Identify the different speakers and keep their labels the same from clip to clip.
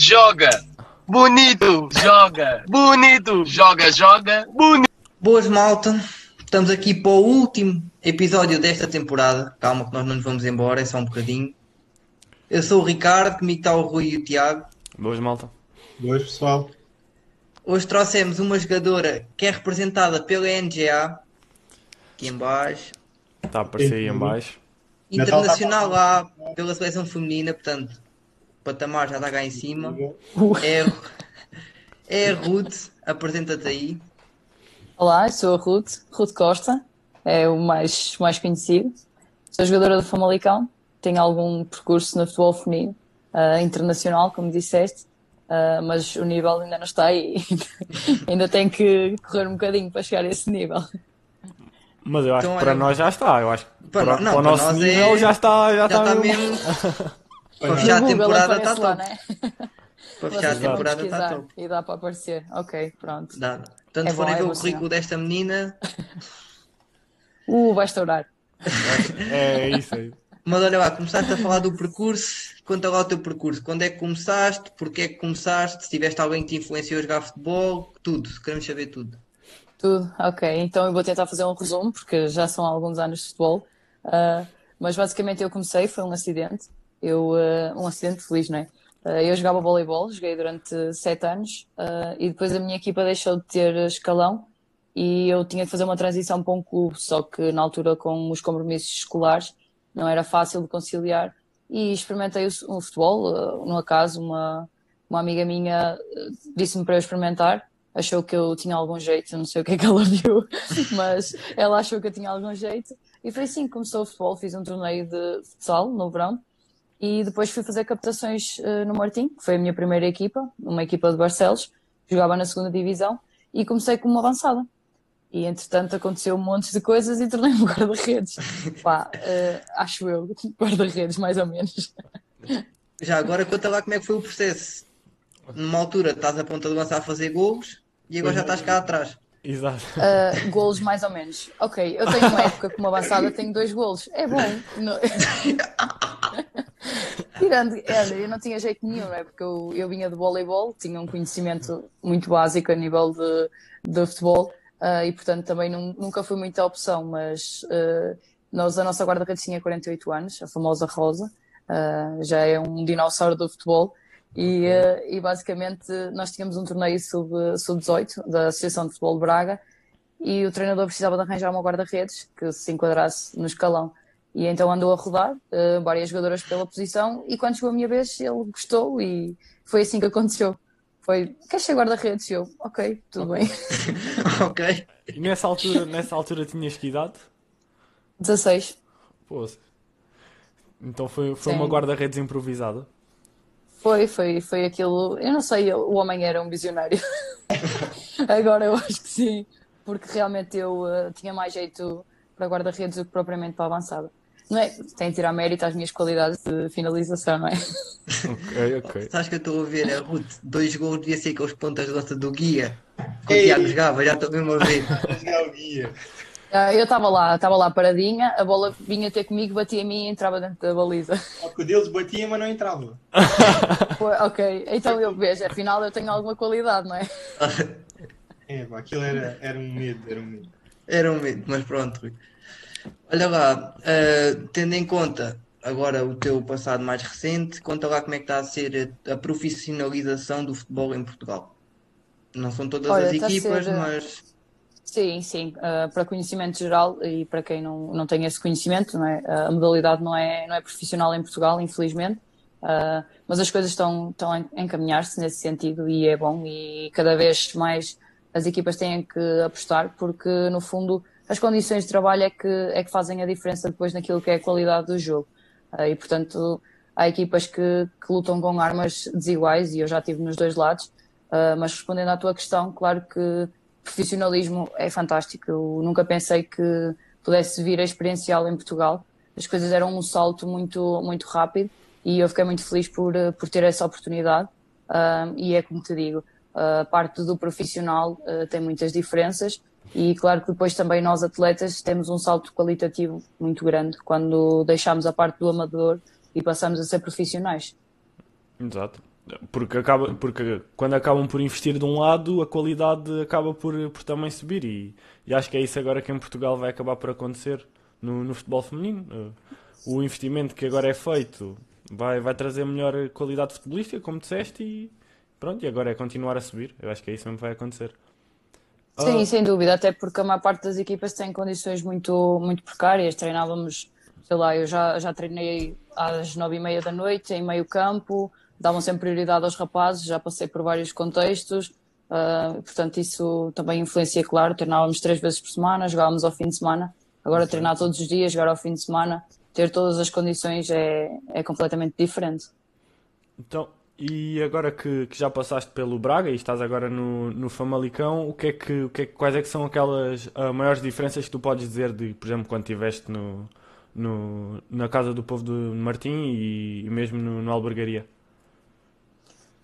Speaker 1: joga, bonito, joga, bonito, joga, joga, bonito.
Speaker 2: Boas malta, estamos aqui para o último episódio desta temporada. Calma que nós não nos vamos embora, é só um bocadinho. Eu sou o Ricardo, comigo está o Rui e o Tiago.
Speaker 3: Boas, malta.
Speaker 4: Boas, pessoal.
Speaker 2: Hoje trouxemos uma jogadora que é representada pela NGA, aqui em baixo,
Speaker 3: Está a aparecer aí em baixo.
Speaker 4: Natal está
Speaker 2: internacional lá pela seleção feminina, portanto, o patamar já está cá em cima. É, é a Ruth, apresenta-te aí.
Speaker 5: Olá, eu sou a Ruth, Ruth Costa, é o mais, o mais conhecido. Sou jogadora do Famalicão, tenho algum percurso no futebol feminino, ah, internacional, como disseste, ah, mas o nível ainda não está aí. ainda tenho que correr um bocadinho para chegar a esse nível.
Speaker 3: Mas eu acho
Speaker 2: Então,
Speaker 3: que para
Speaker 2: olha-
Speaker 3: nós já está. Eu acho que
Speaker 2: Para-
Speaker 3: para,
Speaker 2: não,
Speaker 3: para o
Speaker 2: para
Speaker 3: nosso
Speaker 2: nós é-
Speaker 3: nível já está. Já,
Speaker 2: Já
Speaker 5: tá
Speaker 3: está
Speaker 2: está
Speaker 3: mesmo.
Speaker 2: mesmo. Para
Speaker 4: Pois
Speaker 2: fechar a
Speaker 5: No Google
Speaker 2: temporada
Speaker 5: aparece
Speaker 2: está
Speaker 5: lá,
Speaker 2: top.
Speaker 5: né?
Speaker 2: Para
Speaker 5: Vocês
Speaker 2: fechar a
Speaker 5: vão
Speaker 2: temporada está
Speaker 5: pesquisar
Speaker 2: top.
Speaker 5: E dá para aparecer. Ok, pronto.
Speaker 2: Dá. Tanto
Speaker 5: É bom,
Speaker 2: forem
Speaker 5: é
Speaker 2: ver o
Speaker 5: bom sinal.
Speaker 2: currículo desta menina.
Speaker 5: Uh, vai estourar.
Speaker 3: É isso aí.
Speaker 2: Mas olha lá, começaste a falar do percurso. Conta lá o teu percurso. Quando é que começaste? Porquê é que começaste? Se tiveste alguém que te influenciou a jogar futebol? Tudo. Queremos saber tudo.
Speaker 5: Tudo, ok. Então eu vou tentar fazer um resumo, porque já são alguns anos de futebol. Ah, mas basicamente eu comecei, foi um acidente. Eu, ah, um acidente feliz, não é? Ah, eu jogava voleibol, joguei durante sete anos, ah, e depois a minha equipa deixou de ter escalão e eu tinha de fazer uma transição para um clube, só que na altura com os compromissos escolares não era fácil de conciliar. E experimentei o, o futebol, ah, no acaso, uma, uma amiga minha eh, disse-me para eu experimentar, achou que eu tinha algum jeito, eu não sei o que é que ela viu, mas ela achou que eu tinha algum jeito. E foi assim que começou o futebol, fiz um torneio de futsal no verão e depois fui fazer captações eh, no Martim, que foi a minha primeira equipa, uma equipa de Barcelos, jogava na segunda divisão e comecei como avançada. E entretanto aconteceu um monte de coisas e tornei-me guarda-redes. Pá, eh, acho eu, guarda-redes mais ou menos.
Speaker 2: Já agora conta lá como é que foi o processo. Numa altura estás a ponta de lança a fazer gols e agora já estás cá atrás.
Speaker 3: Exato.
Speaker 5: Uh, golos mais ou menos. Ok, eu tenho uma época como avançada, tenho dois golos. É bom. Não- Tirando, olha, eu não tinha jeito nenhum, não é? Porque eu, eu vinha de voleibol, tinha um conhecimento muito básico a nível de, de futebol ah, e, portanto, também nun- nunca fui muita opção. Mas ah, nós, a nossa guarda-redes tinha 48 anos, a famosa Rosa, ah, já é um dinossauro do futebol. E, ah, e basicamente nós tínhamos um torneio sub- sub-18 da Associação de Futebol de Braga e o treinador precisava de arranjar uma guarda-redes que se enquadrasse no escalão. E então andou a rodar eh, várias jogadoras pela posição e quando chegou a minha vez ele gostou e foi assim que aconteceu. Foi, queres ser guarda-redes? E eu, ok, tudo bem.
Speaker 2: ok?
Speaker 3: E nessa altura, nessa altura tinhas que idade?
Speaker 5: 16.
Speaker 3: Pô. Então foi, foi
Speaker 5: Sim.
Speaker 3: uma guarda-redes improvisada.
Speaker 5: Foi, foi, foi aquilo. Eu não sei, eu- o homem era um visionário. Agora eu acho que sim, porque realmente eu eh, tinha mais jeito para guarda-redes do que propriamente para avançada. Não é? Tem de tirar mérito às minhas qualidades de finalização, não é?
Speaker 3: Ok, ok.
Speaker 2: Sabes que eu estou a ver a Ruth, dois gols devia ser com os pontas de lança do guia. Que o Tiago jogava, já estou mesmo a ver.
Speaker 4: É o guia.
Speaker 5: Ah, Eu estava lá, estava lá paradinha, a bola vinha ter comigo, batia em mim e entrava dentro da baliza.
Speaker 4: Só que o deles batia, mas não entrava.
Speaker 5: Foi, ok, então eu vejo, afinal eu tenho alguma qualidade, não é?
Speaker 4: É, pá, aquilo era, era um medo, era um medo.
Speaker 2: Era um medo, mas pronto, Rui. Olha lá, ah, tendo em conta agora o teu passado mais recente, conta lá como é que está a ser a, a profissionalização do futebol em Portugal. Não são todas
Speaker 5: Olha,
Speaker 2: as
Speaker 5: está a
Speaker 2: equipas,
Speaker 5: ser, ah,
Speaker 2: mas
Speaker 5: Sim, sim, ah, para conhecimento geral e para quem não, não tem esse conhecimento, não é? Ah, a modalidade não é, não é profissional em Portugal, infelizmente, Ah, mas as coisas estão, estão a encaminhar-se nesse sentido e é bom e cada vez mais as equipas têm que apostar porque, no fundo, as condições de trabalho é que, é que fazem a diferença depois naquilo que é a qualidade do jogo. Ah, e, portanto, há equipas que, que lutam com armas desiguais e eu já estive nos dois lados, Ah, mas respondendo à tua questão, claro que profissionalismo é fantástico. Eu nunca pensei que pudesse vir a experiencial em Portugal. As coisas eram um salto muito, muito rápido e eu fiquei muito feliz por, eh, por ter essa oportunidade. Ah, e é como te digo, a parte do profissional ah, tem muitas diferenças e claro que depois também nós atletas temos um salto qualitativo muito grande quando deixamos a parte do amador e passamos a ser profissionais.
Speaker 3: Exato. Porque, acaba, porque quando acabam por investir de um lado, a qualidade acaba por, por também subir. E, e acho que é isso agora que em Portugal vai acabar por acontecer no, no futebol feminino. Eh, O investimento que agora é feito vai, vai trazer melhor qualidade futebolística, como disseste, e pronto, e agora é continuar a subir. Eu acho que é isso mesmo que vai acontecer.
Speaker 5: Sim,
Speaker 3: Ah,
Speaker 5: sem dúvida, até porque a maior parte das equipas tem condições muito, muito precárias. Treinávamos, sei lá, eu já, já treinei às nove e meia da noite, em meio campo, davam sempre prioridade aos rapazes, já passei por vários contextos, ah, portanto isso também influencia, claro. Treinávamos três vezes por semana, jogávamos ao fim de semana. Agora treinar todos os dias, jogar ao fim de semana, ter todas as condições é, é completamente diferente.
Speaker 3: Então, e agora que, que já passaste pelo Braga e estás agora no, no Famalicão, o que é que, o que é que- quais é que são aquelas ah, maiores diferenças que tu podes dizer de, por exemplo, quando estiveste no, no, na Casa do Povo de Martim e, e mesmo no, no Albergaria?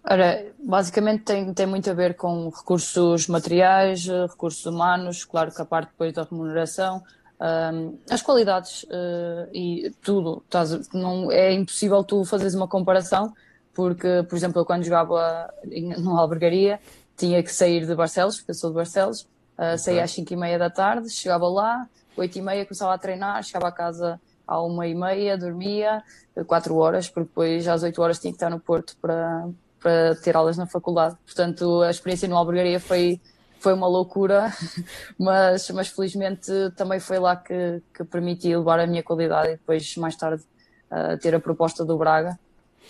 Speaker 5: Ora, basicamente tem, tem muito a ver com recursos materiais, eh, recursos humanos, claro que a parte depois da remuneração, ahm, as qualidades eh, e tudo. Estás- não, é impossível tu fazeres uma comparação, porque, por exemplo, eu quando jogava em, no Albergaria tinha que sair de Barcelos, porque eu sou de Barcelos, eh, saía às 5h30 da tarde, chegava lá, 8h30 começava a treinar, chegava a casa à 1h30, dormia 4 horas, porque depois às 8 horas tinha que estar no Porto para para ter aulas na faculdade. Portanto, a experiência no Albergaria foi, foi uma loucura, mas, mas felizmente também foi lá que, que permiti elevar a minha qualidade e depois, mais tarde, ah, ter a proposta do Braga.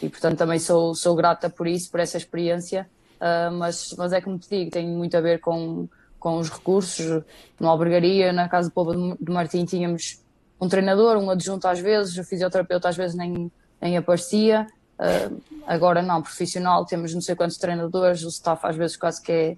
Speaker 5: E, portanto, também sou, sou grata por isso, por essa experiência. Ah, mas, mas é como te digo, tem muito a ver com, com os recursos. No Albergaria, na Casa do Povo de Martim, tínhamos um treinador, um adjunto às vezes, o fisioterapeuta às vezes nem, nem aparecia. Ah, agora não, profissional, temos não sei quantos treinadores, o staff às vezes quase que é,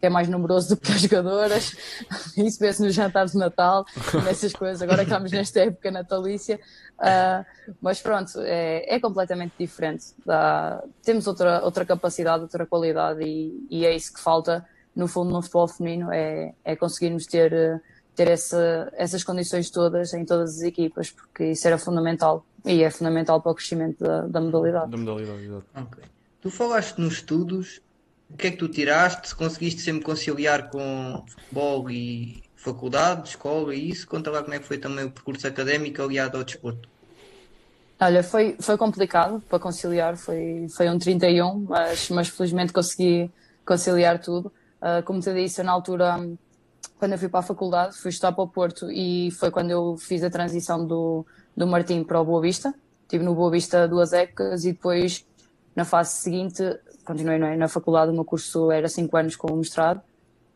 Speaker 5: que é mais numeroso do que as jogadoras. Isso vê-se nos jantares de Natal, nessas coisas, agora que estamos nesta época natalícia. Ah, mas pronto, é, é completamente diferente. Dá- temos outra, outra capacidade, outra qualidade e, e é isso que falta, no fundo, no futebol feminino, é, é conseguirmos ter, eh, ter essa, essas condições todas em todas as equipas, porque isso era fundamental e é fundamental para o crescimento da, da modalidade.
Speaker 3: Da modalidade, exato.
Speaker 2: Ok. Tu falaste nos estudos, o que é que tu tiraste? Conseguiste sempre conciliar com futebol e faculdade, escola e isso? Conta lá como é que foi também o percurso académico aliado ao desporto.
Speaker 5: Olha, foi, foi complicado para conciliar, foi, foi um 31, mas, mas felizmente consegui conciliar tudo. Ah, como te disse, eu na altura, hum, quando eu fui para a faculdade, fui estudar para o Porto e foi quando eu fiz a transição do, do Martim para o Boa Vista. Estive no Boa Vista duas épocas e depois, na fase seguinte, continuei não é? na faculdade, o meu curso era cinco anos com o mestrado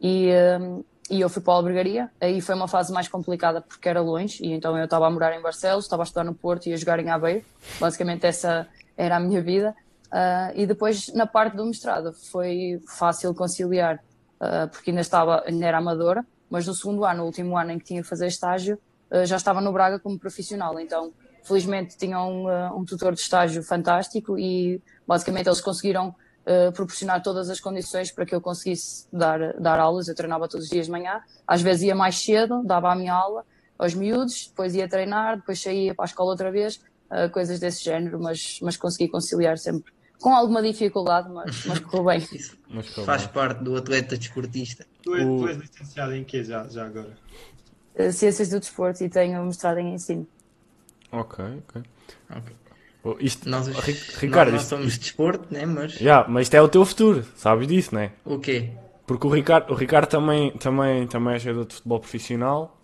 Speaker 5: e, hum, e eu fui para a albergaria. Aí foi uma fase mais complicada porque era longe, e então eu estava a morar em Barcelos, estava a estudar no Porto e a jogar em Aveiro. Basicamente, essa era a minha vida. Ah, e depois, na parte do mestrado, foi fácil conciliar, ah, porque ainda, estava, ainda era amadora, mas no segundo ano, no último ano em que tinha de fazer estágio, ah, já estava no Braga como profissional. Então, felizmente, tinha um, ah, um tutor de estágio fantástico e basicamente eles conseguiram eh, proporcionar todas as condições para que eu conseguisse dar, dar aulas. Eu treinava todos os dias de manhã, às vezes ia mais cedo, dava a minha aula aos miúdos, depois ia treinar, depois saía para a escola outra vez, eh, coisas desse género, mas, mas consegui conciliar sempre. Com alguma dificuldade, mas, mas correu bem.
Speaker 2: Isso
Speaker 3: Mas foi
Speaker 2: faz
Speaker 3: bom.
Speaker 2: parte do atleta desportista.
Speaker 4: Tu, és-
Speaker 3: O-
Speaker 4: tu és licenciado em quê já, já agora?
Speaker 5: Eh, Ciências do desporto e tenho mestrado em ensino.
Speaker 3: Ok, ok.
Speaker 2: Ok.
Speaker 3: Oh, isto,
Speaker 2: Nós,
Speaker 3: Ri-
Speaker 2: nós
Speaker 3: Ricardo,
Speaker 2: não
Speaker 3: isto,
Speaker 2: somos de desporto, né? Mas
Speaker 3: já, mas isto é o teu futuro, sabes disso, não é?
Speaker 2: o quê?
Speaker 3: Porque o Ricardo, o Ricardo também, também, também é jogador de futebol profissional,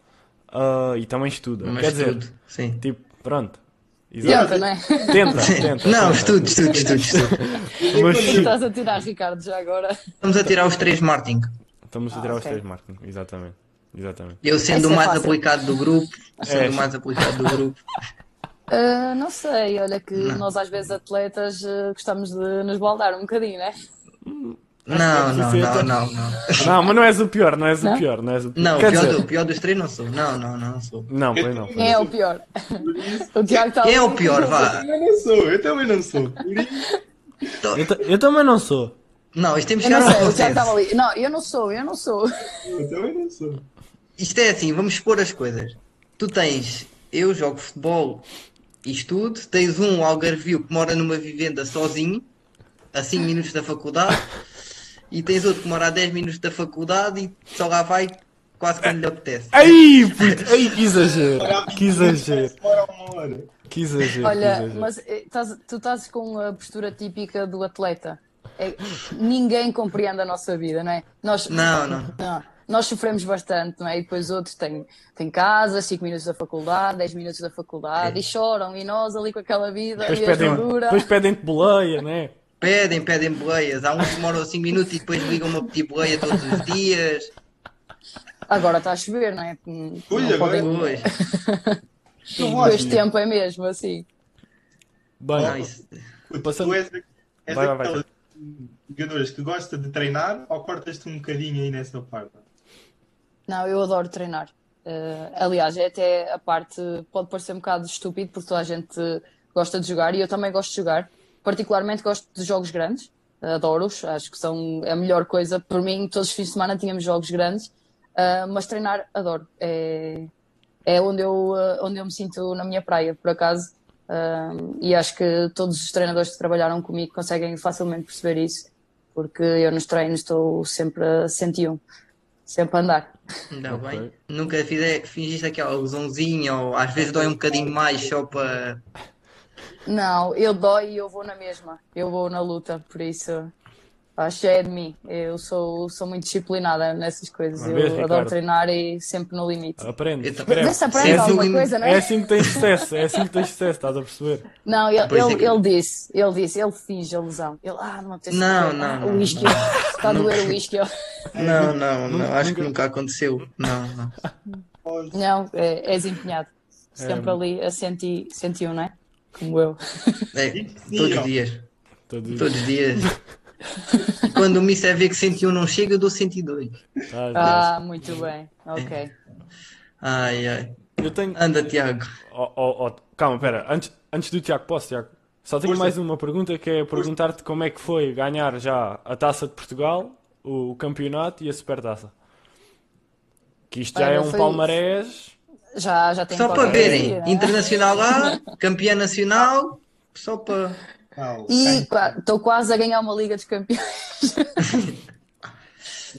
Speaker 3: ah, e também estuda.
Speaker 2: Mas
Speaker 3: Quer dizer,
Speaker 2: tudo, sim.
Speaker 3: tipo, pronto. Exato.
Speaker 5: Tenta, não é?
Speaker 3: Tenta,
Speaker 2: Sim.
Speaker 3: tenta.
Speaker 2: Não,
Speaker 3: tenta.
Speaker 2: estudo, estudo, estudo, estudo.
Speaker 3: Mas
Speaker 5: Tu
Speaker 3: sim.
Speaker 5: estás a tirar, Ricardo, já agora.
Speaker 2: Estamos a tirar os três Martin.
Speaker 3: Estamos a
Speaker 5: Ah,
Speaker 3: tirar os
Speaker 5: ok.
Speaker 3: três, Martin. Exatamente. Exatamente.
Speaker 2: Eu sendo
Speaker 5: Essa
Speaker 2: o
Speaker 5: é
Speaker 2: mais
Speaker 5: fácil.
Speaker 2: aplicado do grupo, sendo
Speaker 3: É.
Speaker 2: o mais aplicado do grupo.
Speaker 5: Eh, não sei, olha que nós às vezes atletas eh, gostamos de nos baldar um bocadinho, né?
Speaker 2: Não, não,
Speaker 3: Sim, então-
Speaker 2: não, não, não.
Speaker 3: Não, mas não és o pior, não és o
Speaker 5: Não?
Speaker 3: pior, não és o pior.
Speaker 2: Não,
Speaker 3: Quer
Speaker 2: pior,
Speaker 3: dizer,
Speaker 2: do, pior dos três não sou. Não, não, não sou.
Speaker 3: não, pois não. pois
Speaker 5: Quem é
Speaker 3: não.
Speaker 5: o pior? O Tiago tá um está
Speaker 2: Quem é
Speaker 5: ali.
Speaker 2: o pior, vá?
Speaker 4: Eu não sou, eu também não sou. Por isso,
Speaker 3: Eu, ta- eu também não sou.
Speaker 2: Não, isto temos que
Speaker 5: Eu não
Speaker 2: chegar a
Speaker 5: sei,
Speaker 2: um
Speaker 5: o Tiago estava
Speaker 2: consenso.
Speaker 5: ali. Não, eu não sou, eu não sou.
Speaker 4: eu também não sou.
Speaker 2: Isto é assim, vamos expor as coisas. Tu tens, eu jogo futebol e estudo, tens um algarvio que mora numa vivenda sozinho, a 5 minutos da faculdade e tens outro que mora a 10 minutos da faculdade e só lá vai quase quando lhe apetece.
Speaker 3: Ei, puto, ei, que exagero! Que exagero!
Speaker 4: Bora, amor.
Speaker 3: Que exagero! que
Speaker 5: Olha,
Speaker 3: exagero.
Speaker 5: mas eh, estás- tu estás com a postura típica do atleta. É, ninguém compreende a nossa vida, não é? Nós,
Speaker 2: Não, não.
Speaker 5: Não, nós sofremos bastante, não é? E depois outros têm, têm casa, 5 minutos da faculdade, 10 minutos da faculdade e choram. E nós ali com aquela vida
Speaker 3: Depois
Speaker 5: e a
Speaker 3: pedem,
Speaker 5: jordura.
Speaker 3: depois pedem de boleia, né?
Speaker 2: Pedem, pedem boleias. Há uns que demoram 5 minutos e depois ligam-me a pedir boleia todos os dias.
Speaker 5: Agora está a chover, não é? Não
Speaker 4: Olha,
Speaker 5: podem-
Speaker 2: Pois.
Speaker 4: Eu
Speaker 5: Com este
Speaker 4: gosto.
Speaker 5: tempo é mesmo assim.
Speaker 3: Bem,
Speaker 2: Não, isso-
Speaker 3: Passando-
Speaker 4: Tu és, da- és
Speaker 3: Vai, vai, vai.
Speaker 4: daquelas jogadoras que gosta de treinar ou cortas-te um bocadinho aí nessa parte?
Speaker 5: Não, eu adoro treinar. Eh, aliás, é até a parte pode parecer um bocado estúpido porque toda a gente gosta de jogar e eu também gosto de jogar. Particularmente gosto de jogos grandes, adoro-os, acho que são a melhor coisa. Por mim, todos os fins de semana tínhamos jogos grandes, Ah, mas treinar adoro. É, é onde eu, ah, onde eu me sinto na minha praia, por acaso. Ah, e acho que todos os treinadores que trabalharam comigo conseguem facilmente perceber isso, porque eu nos treinos estou sempre a 101, sempre a andar.
Speaker 2: Ainda
Speaker 3: Ok.
Speaker 2: bem. Nunca fize- fingiste aquela lesãozinha ou às vezes dói um bocadinho mais só para.
Speaker 5: Não, eu dói e eu vou na mesma. Eu vou na luta, por isso acho que é de mim. Eu sou, sou muito disciplinada nessas coisas.
Speaker 3: Uma
Speaker 5: Eu
Speaker 3: vez,
Speaker 5: adoro
Speaker 3: Ricardo.
Speaker 5: treinar e sempre no limite.
Speaker 3: aprende.
Speaker 2: Eu tam-
Speaker 3: escreve.
Speaker 5: Vê se aprende
Speaker 2: És
Speaker 5: alguma
Speaker 2: um-
Speaker 5: coisa, não
Speaker 3: É
Speaker 5: é?
Speaker 3: assim que tens sucesso, é assim que tens sucesso, estás a perceber?
Speaker 5: Não, ele,
Speaker 2: Pois é
Speaker 5: ele,
Speaker 2: que-
Speaker 5: ele disse, ele disse, ele finge a lesão. Ele, ah, não me apetece
Speaker 2: Não,
Speaker 5: correr,
Speaker 2: não,
Speaker 5: ah,
Speaker 2: não,
Speaker 5: o whisky, está a doer o whisky.
Speaker 2: Não, não, não.
Speaker 3: Nunca-
Speaker 2: Acho que nunca aconteceu. Não, não.
Speaker 4: Ou-
Speaker 5: Não, é, és empenhado. Sempre
Speaker 3: É.
Speaker 5: ali a 100, 101, não é? Como eu.
Speaker 2: É, todos os dias.
Speaker 3: Todo
Speaker 2: Todos os dias. E quando o Miss é ver que 101 não chega, eu dou 102.
Speaker 3: Estás, estás.
Speaker 5: Ah, muito bem, ok.
Speaker 2: Ai, ai.
Speaker 3: Eu tenho.
Speaker 2: Anda, Tiago.
Speaker 3: Oh, oh, oh, Calma, pera, antes, antes do Tiago, posso, Tiago? Só tenho
Speaker 4: Força.
Speaker 3: mais uma pergunta que é perguntar-te como é que foi ganhar já a Taça de Portugal, o campeonato e a Supertaça. Que isto já
Speaker 5: Olha,
Speaker 3: é um
Speaker 5: foi-
Speaker 3: palmarés.
Speaker 5: Já, já tenho
Speaker 2: Só para
Speaker 5: qualquer
Speaker 2: verem.
Speaker 5: coisa, não é?
Speaker 2: Internacional lá, campeã nacional. Só para.
Speaker 4: Não,
Speaker 5: E
Speaker 4: quem-
Speaker 5: estou quase a ganhar uma Liga dos Campeões. Só que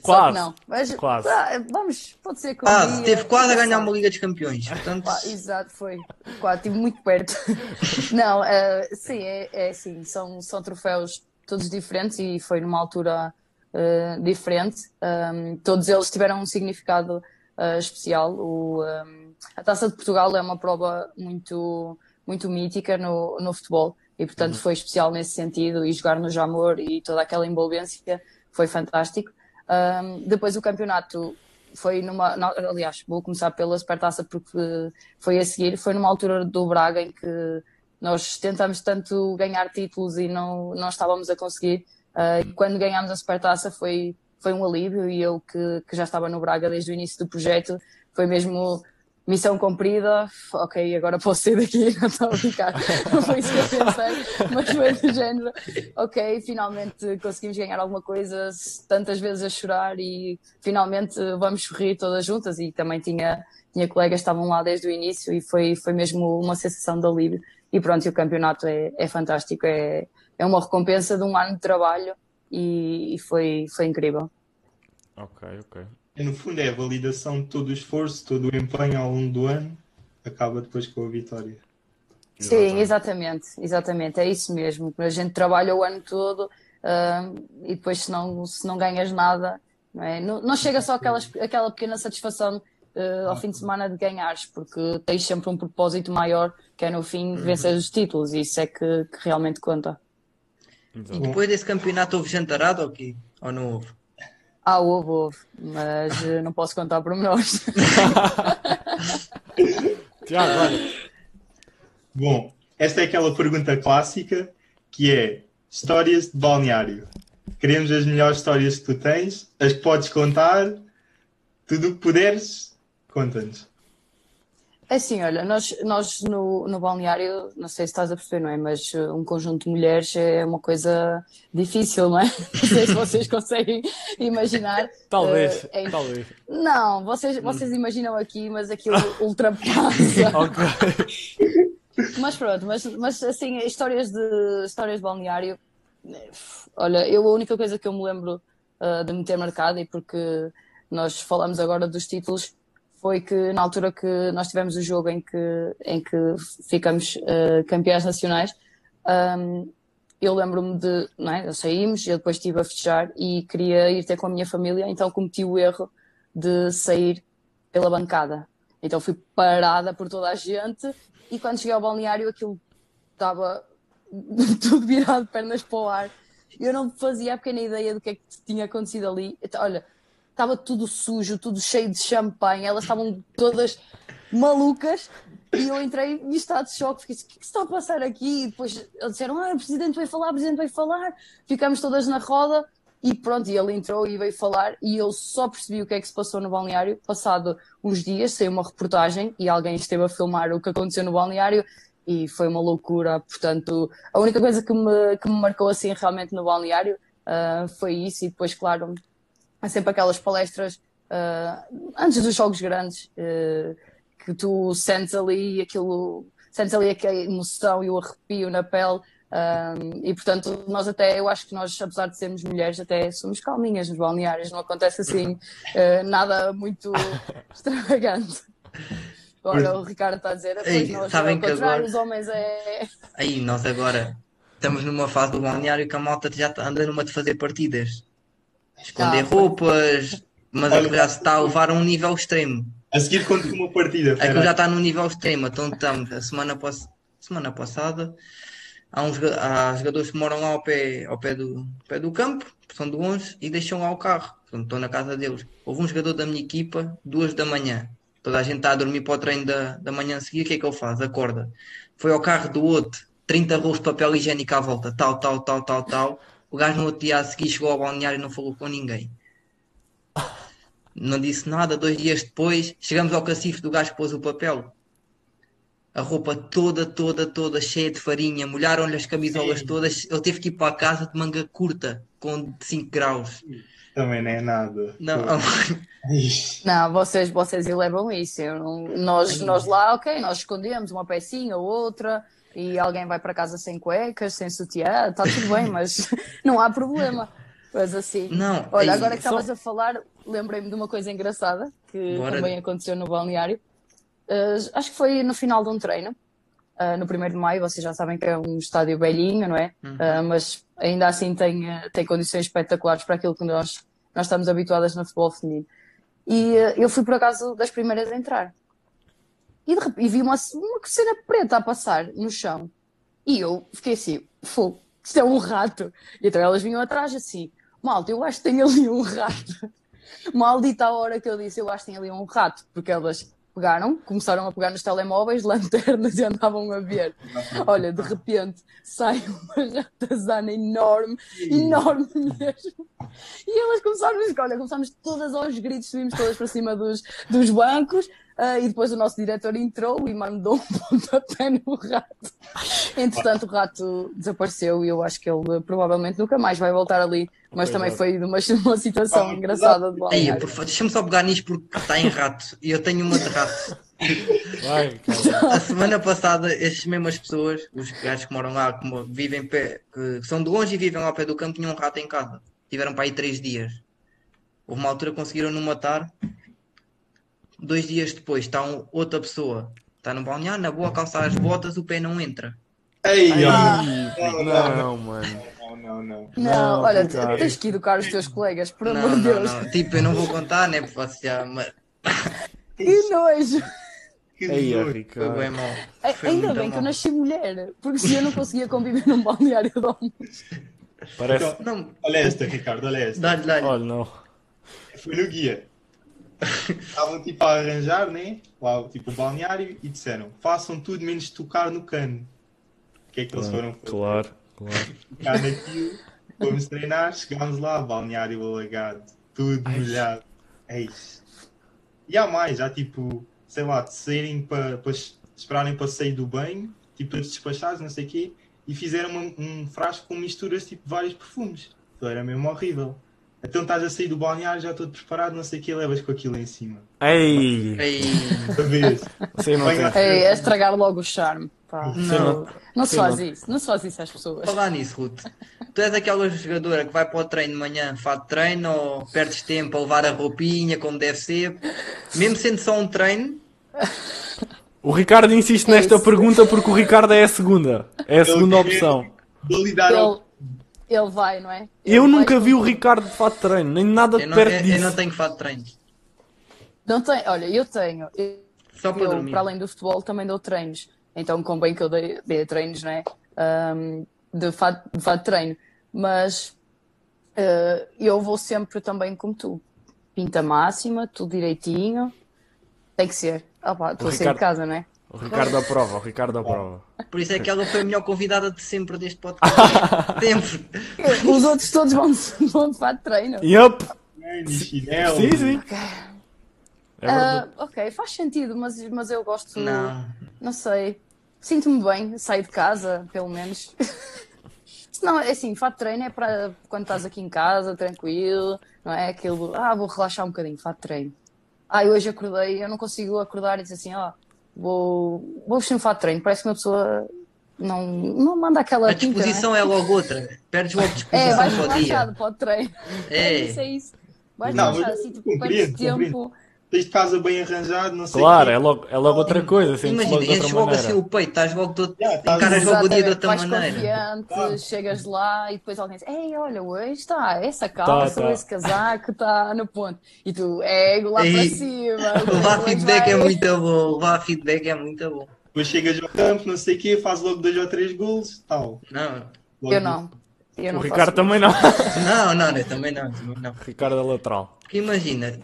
Speaker 3: Quase.
Speaker 5: não. Mas
Speaker 3: Quase.
Speaker 5: ah, vamos, pode ser que um
Speaker 2: Quase,
Speaker 5: dia-
Speaker 2: Ah, teve quase a ganhar uma Liga dos Campeões. Portanto,
Speaker 5: Pá, exato, foi. Quase, estive muito perto. Não, eh, sim, é, é assim, são, são troféus todos diferentes e foi numa altura eh, diferente. Ahm, todos eles tiveram um significado eh, especial. O, ahm, a Taça de Portugal é uma prova muito, muito mítica no, no futebol e, portanto, foi especial nesse sentido. E jogar no Jamor e toda aquela envolvência foi fantástico. Ahm, depois o campeonato foi numa. na- aliás, vou começar pela Supertaça porque foi a seguir. Foi numa altura do Braga em que nós tentamos tanto ganhar títulos e não, não estávamos a conseguir. Ah, e quando ganhámos a Supertaça foi, foi um alívio e eu que, que já estava no Braga desde o início do projeto foi mesmo missão cumprida, ok, agora posso sair daqui, não estou a brincar, não foi isso que eu pensei, mas foi do género, ok, finalmente conseguimos ganhar alguma coisa, tantas vezes a chorar e finalmente vamos sorrir todas juntas e também tinha, tinha colegas que estavam lá desde o início e foi, foi mesmo uma sensação de alívio e pronto, e o campeonato é, é fantástico, é, é uma recompensa de um ano de trabalho e, e foi, foi incrível.
Speaker 3: Ok, ok.
Speaker 4: No fundo, é a validação de todo o esforço, todo o empenho ao longo do ano, acaba depois com a vitória.
Speaker 5: Sim, exatamente, exatamente, é isso mesmo. A gente trabalha o ano todo, ah, e depois se não, se não ganhas nada, não, é? não, não chega só aquelas, aquela pequena satisfação ah, ao fim de semana de ganhares, porque tens sempre um propósito maior, que é no fim vencer os títulos, e isso é que, que realmente conta.
Speaker 2: e
Speaker 3: Exato.
Speaker 2: depois desse campeonato houve jantarado ou quê? Ou não houve?
Speaker 5: Ah, houve, houve, mas ah, não posso contar pormenores.
Speaker 3: Tiago, olha.
Speaker 4: Bom, esta é aquela pergunta clássica que é histórias de balneário. Queremos as melhores histórias que tu tens, as que podes contar, tudo o que puderes, conta-nos.
Speaker 5: É Assim, olha, nós, nós no, no balneário, não sei se estás a perceber, não é? Mas eh, um conjunto de mulheres é uma coisa difícil, não é? Não sei se vocês conseguem imaginar.
Speaker 3: Talvez,
Speaker 5: Eh, é-
Speaker 3: talvez.
Speaker 5: Não, vocês, vocês imaginam aqui, mas aquilo ultrapassa.
Speaker 3: Ok.
Speaker 5: Mas pronto, mas, mas assim, histórias de, histórias de balneário. Olha, eu a única coisa que eu me lembro ah, de me ter marcado, e porque nós falamos agora dos títulos, foi que na altura que nós tivemos o jogo em que, em que ficamos ah, campeões nacionais, ahm, eu lembro-me de, não é? Nós saímos, eu depois estive a festejar e queria ir ter com a minha família, então cometi o erro de sair pela bancada. Então fui parada por toda a gente e quando cheguei ao balneário aquilo estava tudo virado de pernas para o ar. Eu não fazia a pequena ideia do que é que tinha acontecido ali. Então, olha, estava tudo sujo, tudo cheio de champanhe, elas estavam todas malucas e eu entrei em estado de choque, fiquei assim, o que é que se está a passar aqui? E depois eles disseram, ah, o presidente vai falar, o presidente vai falar. Ficámos todas na roda e pronto, e ele entrou e veio falar e eu só percebi o que é que se passou no balneário. Passado uns dias saiu uma reportagem e alguém esteve a filmar o que aconteceu no balneário e foi uma loucura, portanto, a única coisa que me, que me marcou assim realmente no balneário ah, foi isso e depois, claro, há sempre aquelas palestras ah, antes dos jogos grandes eh, que tu sentes ali aquilo, sentes ali aquela emoção e o arrepio na pele. ah, e portanto, nós até, eu acho que nós, apesar de sermos mulheres, até somos calminhas nos balneários, não acontece assim eh, nada muito extravagante. Agora o Ricardo está a dizer, "Ah, pois
Speaker 2: Ei,
Speaker 5: nós,
Speaker 2: sabem
Speaker 5: ao
Speaker 2: que
Speaker 5: contrário,
Speaker 2: agora-
Speaker 5: os homens é.
Speaker 2: Aí, nós agora estamos numa fase do balneário que a malta já tá- anda numa de fazer partidas. Esconder
Speaker 5: Ah, pois.
Speaker 2: roupas, mas
Speaker 4: Olha-
Speaker 2: aquilo já se está a levar a um nível extremo.
Speaker 4: A seguir conto uma partida.
Speaker 2: Aquilo
Speaker 4: Pera.
Speaker 2: É já está num nível extremo. Então estamos, a semana, pass- semana passada, há, uns, joga- há jogadores que moram lá ao pé, ao pé, do, pé do campo, são do 11, e deixam lá o carro. Portanto, estão na casa deles. Houve um jogador da minha equipa, duas da manhã. Toda a gente está a dormir para o treino da, da manhã a seguir. O que é que ele faz? Acorda. Foi ao carro do outro, 30 rolos de papel higiênico à volta, tal, tal, tal, tal, tal. O gajo no outro dia a seguir chegou ao balneário e não falou com ninguém. Não disse nada. Dois dias depois, chegamos ao cacife do gajo que pôs o papel. A roupa toda, toda, toda cheia de farinha. Molharam-lhe as camisolas
Speaker 4: Ei.
Speaker 2: todas. Ele teve que ir para a casa de manga curta, com 5 graus.
Speaker 4: Também não é nada.
Speaker 2: Não,
Speaker 4: Ixi.
Speaker 5: Não, vocês, vocês elevam isso. Eu não- nós,
Speaker 2: Ai.
Speaker 5: nós lá, ok, nós escondemos uma pecinha ou outra e alguém vai para casa sem cuecas, sem sutiã, está tudo bem, mas não há problema. Mas assim.
Speaker 2: não. é
Speaker 5: Olha,
Speaker 2: ei,
Speaker 5: agora que
Speaker 3: só-
Speaker 5: estavas a falar, lembrei-me de uma coisa engraçada que
Speaker 2: Bora.
Speaker 5: também aconteceu no balneário. Uh, acho que foi no final de um treino, uh, no 1 de maio, vocês já sabem que é um estádio velhinho, não é?
Speaker 2: Uhum.
Speaker 5: Uh, mas ainda assim tem, uh, tem condições espetaculares para aquilo que nós, nós estamos habituadas no futebol feminino. E uh, eu fui por acaso das primeiras a entrar. E, de rep- e vi uma, uma cena preta a passar no chão. E eu fiquei assim, fogo, isto é um rato. E então elas vinham atrás assim, malta, eu acho que tem ali um rato. Maldita a hora que eu disse, eu acho que tem ali um rato, porque elas pegaram, começaram a pegar nos telemóveis, lanternas e andavam a ver. Olha, de repente sai uma ratazana enorme, enorme mesmo. E elas começaram, olha, começámos todas aos gritos, subimos todas para cima dos, dos bancos, ah, e depois o nosso diretor entrou e mandou um pontapé no rato. Entretanto, o rato desapareceu e eu acho que ele provavelmente nunca mais vai voltar ali.
Speaker 3: Pois
Speaker 5: Mas também
Speaker 3: é.
Speaker 5: foi de uma, uma situação
Speaker 4: Ah,
Speaker 5: engraçada de
Speaker 2: Ei,
Speaker 5: balneário.
Speaker 2: por favor, deixa-me só pegar nisto porque está em rato. E eu tenho uma de rato.
Speaker 3: Vai, cara.
Speaker 2: A semana passada, estas mesmas pessoas, os gajos que moram lá, que mo- vivem pé, que são de longe e vivem lá ao pé do campo, tinham um rato em casa. Tiveram para aí três dias. Houve uma altura que conseguiram não matar. Dois dias depois, está um- outra pessoa. Está no balneário, "Ah, na boa, a calçar as botas, o pé não entra.
Speaker 4: Ei, ó.
Speaker 3: Ai, não, mano.
Speaker 4: Não, não, não.
Speaker 5: Não,
Speaker 3: Não,
Speaker 5: olha,
Speaker 3: Ricardo.
Speaker 5: tens que educar os teus colegas, por
Speaker 2: não,
Speaker 5: amor de
Speaker 2: não,
Speaker 5: Deus.
Speaker 2: não. Tipo, eu não vou contar, né? Porque vocês já. Mas
Speaker 5: Que nojo!
Speaker 4: Que
Speaker 3: Ei, ó,
Speaker 4: nojo.
Speaker 2: foi bem
Speaker 3: Ricardo.
Speaker 2: mal.
Speaker 5: A-
Speaker 2: Foi
Speaker 5: Ainda
Speaker 2: muito
Speaker 5: bem que eu
Speaker 2: mal.
Speaker 5: nasci mulher, porque se eu não conseguia conviver num balneário de homem.
Speaker 3: Parece.
Speaker 2: Não,
Speaker 4: Então, Olha esta, Ricardo, olha esta.
Speaker 2: dá-lhe, dá-lhe.
Speaker 3: Olha, não.
Speaker 4: Foi no guia. Estavam tipo a arranjar, né? Lá tipo o balneário e disseram: façam tudo menos tocar no cano. O que é que eles foram fazer?
Speaker 3: Claro, claro.
Speaker 4: Tocar naquilo, fomos treinar, chegámos lá, balneário alagado, tudo molhado. É isso. E há mais, já tipo, sei lá, de saírem para esperarem para sair do banho, tipo, todos despachados, não sei o quê, e fizeram uma- um frasco com misturas tipo de vários perfumes. Aquilo era mesmo horrível. Então estás a sair do balneário já todo preparado, não sei o quê, levas com aquilo em cima.
Speaker 3: Ei!
Speaker 2: Ei.
Speaker 4: Outra vez.
Speaker 3: Você não tem.
Speaker 5: É, é estragar logo o charme. Pá,
Speaker 2: Não.
Speaker 5: não se
Speaker 3: Sei
Speaker 5: faz
Speaker 3: não.
Speaker 5: isso, não se faz isso às pessoas.
Speaker 2: Falar nisso, Ruth. Tu és aquela jogadora que vai para o treino de manhã, faz treino ou perdes tempo a levar a roupinha como deve ser? Mesmo sendo só um treino,
Speaker 3: O Ricardo
Speaker 2: É
Speaker 3: insiste nesta
Speaker 5: isso.
Speaker 3: pergunta porque o Ricardo é a segunda. É a segunda
Speaker 4: quero-
Speaker 3: opção.
Speaker 4: Validar
Speaker 5: Ele, ele vai, não é? Ele
Speaker 3: Eu
Speaker 5: vai
Speaker 3: nunca vi
Speaker 5: com-
Speaker 3: o Ricardo de fato de treino, nem nada de
Speaker 2: eu não, é, eu-
Speaker 3: perto
Speaker 2: eu
Speaker 3: disso.
Speaker 2: não tenho que fazer treino.
Speaker 5: Não tem, olha, eu tenho. Eu,
Speaker 2: Só para
Speaker 5: eu,
Speaker 2: dormir.
Speaker 5: para além do futebol, também dou treinos. Então, convém que eu dei, dei treinos, não é? Ahm, de fato de fato treino. Mas eh, eu vou sempre também como tu. Pinta máxima, tudo direitinho. Tem que ser. Ah pá, estou a sair de
Speaker 3: Ricardo-
Speaker 5: casa, não é?
Speaker 3: O Ricardo aprova, o Ricardo aprova.
Speaker 2: Por isso é que ela foi a melhor convidada de sempre deste podcast. sempre.
Speaker 5: Os outros todos vão, vão de fato treino.
Speaker 2: É
Speaker 3: Yup!
Speaker 4: treino, chinelo.
Speaker 3: Sim, sim. É
Speaker 5: Ah,
Speaker 3: verdade.
Speaker 5: ok, faz sentido, mas, mas eu gosto.
Speaker 2: Não.
Speaker 5: Não sei. Sinto-me bem, saio de casa, pelo menos. Se não, é assim, fato de treino é para quando estás aqui em casa, tranquilo, não é? Aquilo, ah, vou relaxar um bocadinho, fato de treino. Ah, eu hoje acordei, eu não consigo acordar e dizer assim, ó, vou, vou vestir um fato de treino. Parece que uma pessoa não, não manda aquela
Speaker 2: A
Speaker 5: pinta, não é?
Speaker 2: disposição é logo outra. Perdes logo
Speaker 5: É,
Speaker 2: disposição
Speaker 5: vais
Speaker 2: para o dia.
Speaker 5: relaxado para o treino. É isso, é isso. Vais
Speaker 4: Não,
Speaker 5: relaxado,
Speaker 4: mas
Speaker 5: assim, tipo,
Speaker 4: compreendo,
Speaker 5: perdes tempo.
Speaker 4: compreendo. Tens de casa bem arranjado, não sei
Speaker 3: Claro,
Speaker 4: quê.
Speaker 3: é logo, é logo outra coisa, sente
Speaker 2: Imagina,
Speaker 3: logo de
Speaker 2: enches
Speaker 3: outra
Speaker 2: logo assim
Speaker 3: maneira.
Speaker 2: o peito, estás logo todo.
Speaker 4: Yeah, estás-
Speaker 2: encaras logo o dia é de
Speaker 5: Exatamente,
Speaker 2: outra
Speaker 5: é. vais
Speaker 2: maneira.
Speaker 5: confiante,
Speaker 4: Claro.
Speaker 5: chegas lá e depois alguém diz: Ei, olha, hoje está essa calça,
Speaker 3: Tá, tá.
Speaker 5: esse casaco, está no ponto. E tu, ego lá
Speaker 2: Ei,
Speaker 5: para cima.
Speaker 2: Levar
Speaker 5: hoje
Speaker 2: feedback é
Speaker 5: vai."
Speaker 2: muito bom. Levar feedback é muito bom.
Speaker 4: Depois chegas ao campo, não sei o quê, faz logo dois ou três gols, tal.
Speaker 2: Não,
Speaker 4: Logo-
Speaker 5: Eu não. Eu não
Speaker 3: O
Speaker 5: faço
Speaker 3: Ricardo
Speaker 5: isso.
Speaker 3: também não.
Speaker 2: não, não, eu também não. também não.
Speaker 3: Ricardo é lateral.
Speaker 2: Porque imagina,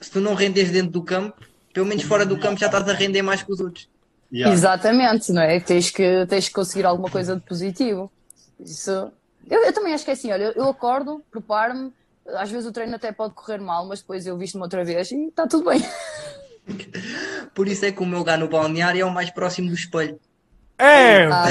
Speaker 2: se tu não rendes dentro do campo, pelo menos fora do campo já estás a render mais que os outros.
Speaker 4: Yeah.
Speaker 5: Exatamente, não é? Tens que, tens que conseguir alguma coisa de positivo. Isso. Eu, eu também acho que é assim, olha, eu- eu acordo, preparo-me, às vezes o treino até pode correr mal, mas depois eu visto-me outra vez e está tudo bem.
Speaker 2: Por isso é que o meu lugar no balneário é o mais próximo do espelho.
Speaker 3: É!
Speaker 5: Ah,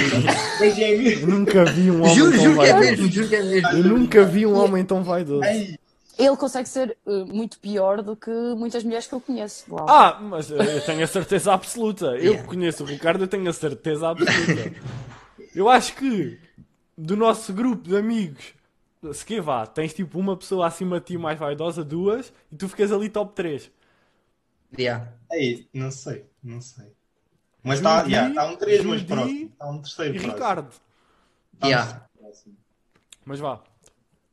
Speaker 4: Mas é mesmo.
Speaker 3: Nunca vi um homem
Speaker 2: Juro,
Speaker 3: tão
Speaker 2: juro que é
Speaker 3: vaidoso.
Speaker 2: mesmo, juro que é mesmo.
Speaker 3: Eu nunca vi um homem tão vaidoso.
Speaker 4: Ai,
Speaker 5: ele consegue ser eh, muito pior do que muitas mulheres que eu conheço. Uau.
Speaker 3: Ah, mas eh, eu tenho a certeza absoluta. Eu
Speaker 2: Yeah.
Speaker 3: que conheço o Ricardo, eu tenho a certeza absoluta. Eu acho que do nosso grupo de amigos, se que vá, tens tipo uma pessoa acima de ti mais vaidosa, duas, e tu ficas ali top 3.
Speaker 2: Yeah.
Speaker 4: ai, não sei, não sei. Mas está
Speaker 3: Judi,
Speaker 4: yeah, tá um três, mas
Speaker 3: Judi
Speaker 4: próximo. Está um
Speaker 3: E
Speaker 4: terceiro próximo.
Speaker 3: Ricardo.
Speaker 4: Tá um
Speaker 2: Yeah.
Speaker 4: terceiro próximo.
Speaker 3: Mas vá.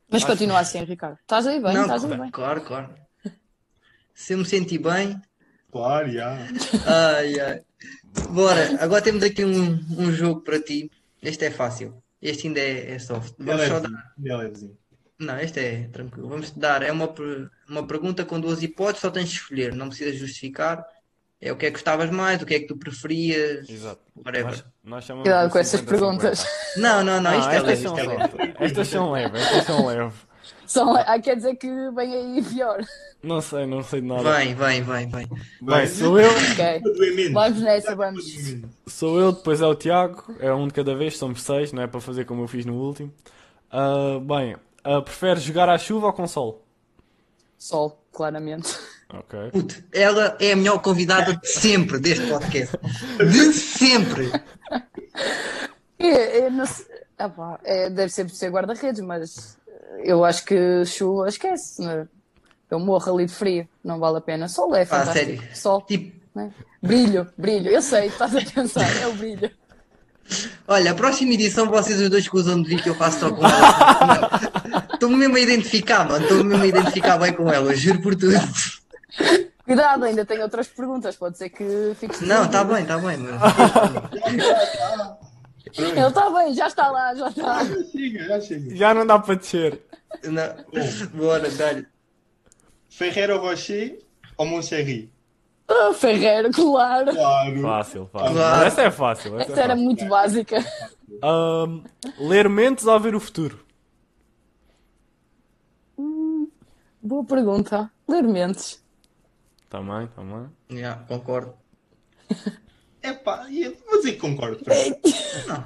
Speaker 5: Mas continua assim, Ricardo. Estás aí bem,
Speaker 2: Não,
Speaker 5: estás aí
Speaker 2: claro,
Speaker 5: bem.
Speaker 2: claro, claro. Se eu me senti bem,
Speaker 4: Claro, yeah.
Speaker 2: ai, ai. Bora, agora temos aqui um, um jogo para ti. Este é fácil. Este ainda é, é soft.
Speaker 4: Ele
Speaker 2: Vamos
Speaker 4: é
Speaker 2: só
Speaker 4: levezinho,
Speaker 2: dar...
Speaker 4: ele é levezinho.
Speaker 2: Não, este é tranquilo. Vamos te dar. É uma, per- uma pergunta com duas hipóteses, só tens de escolher. Não precisas justificar. É o que é que gostavas mais, o que é que tu preferias.
Speaker 3: Exato.
Speaker 2: Whatever.
Speaker 3: Nós, nós chamamos
Speaker 5: Cuidado
Speaker 3: de
Speaker 5: com essas
Speaker 3: 50-50.
Speaker 5: perguntas.
Speaker 2: Não, não, não.
Speaker 3: Não,
Speaker 2: Isto é
Speaker 3: Ah, estas
Speaker 2: leve,
Speaker 3: são
Speaker 2: isto é leve.
Speaker 3: leves. Estas são leves, estas são leves.
Speaker 5: Só, ah, quer dizer que vem aí pior.
Speaker 3: Não sei, não sei de nada.
Speaker 2: Vem, vem, vem, vem.
Speaker 3: Bem, sou eu,
Speaker 5: Ok.
Speaker 4: Vou doer menos.
Speaker 5: Vamos nessa,
Speaker 4: Vou
Speaker 5: vamos.
Speaker 4: doer menos.
Speaker 3: Sou eu, depois é o Tiago, é um de cada vez, somos seis, não é para fazer como eu fiz no último. Ah, bem, ah, prefere jogar à chuva ou com sol?
Speaker 5: Sol, claramente.
Speaker 3: Ok.
Speaker 2: Puto, ela é a melhor convidada de sempre deste podcast. De sempre.
Speaker 5: E, eu não sei- ah, pá, é, deve ser por ser guarda-redes, mas eh, eu acho que chuva esquece. né? Eu morro ali de frio, não vale a pena. Sol é fantástico.
Speaker 2: Ah, sério?
Speaker 5: Sol.
Speaker 2: Tipo,
Speaker 5: né? Brilho, brilho. Eu sei, estás a pensar, é o brilho.
Speaker 2: Olha, a próxima edição vocês os dois acusam de vir que eu faço só com ela. Estou-me mesmo a identificar, mano. Estou-me mesmo a identificar bem com ela, juro por tudo.
Speaker 5: Cuidado, ainda tenho outras perguntas, pode ser que fiques.
Speaker 2: Não, tá bem, tá bem, mas.
Speaker 5: Ele está bem, já está lá, já está.
Speaker 4: Já chega, já chega.
Speaker 3: Já não dá para descer.
Speaker 2: Não. Bora, dá-lhe.
Speaker 4: Ferreira Rocher ou Moncherry?
Speaker 5: Ah, Ferreiro, claro.
Speaker 4: Claro.
Speaker 3: Fácil, fácil.
Speaker 2: Claro.
Speaker 3: Mas essa é fácil. Essa
Speaker 5: Essa
Speaker 3: é
Speaker 5: era
Speaker 3: fácil.
Speaker 5: muito básica.
Speaker 3: Ahm, ler mentes ou ver o futuro?
Speaker 5: Boa pergunta. Ler mentes.
Speaker 3: Também, também.
Speaker 2: Já, concordo.
Speaker 4: Epá, e eu vou dizer que concordo. pronto.
Speaker 2: Não.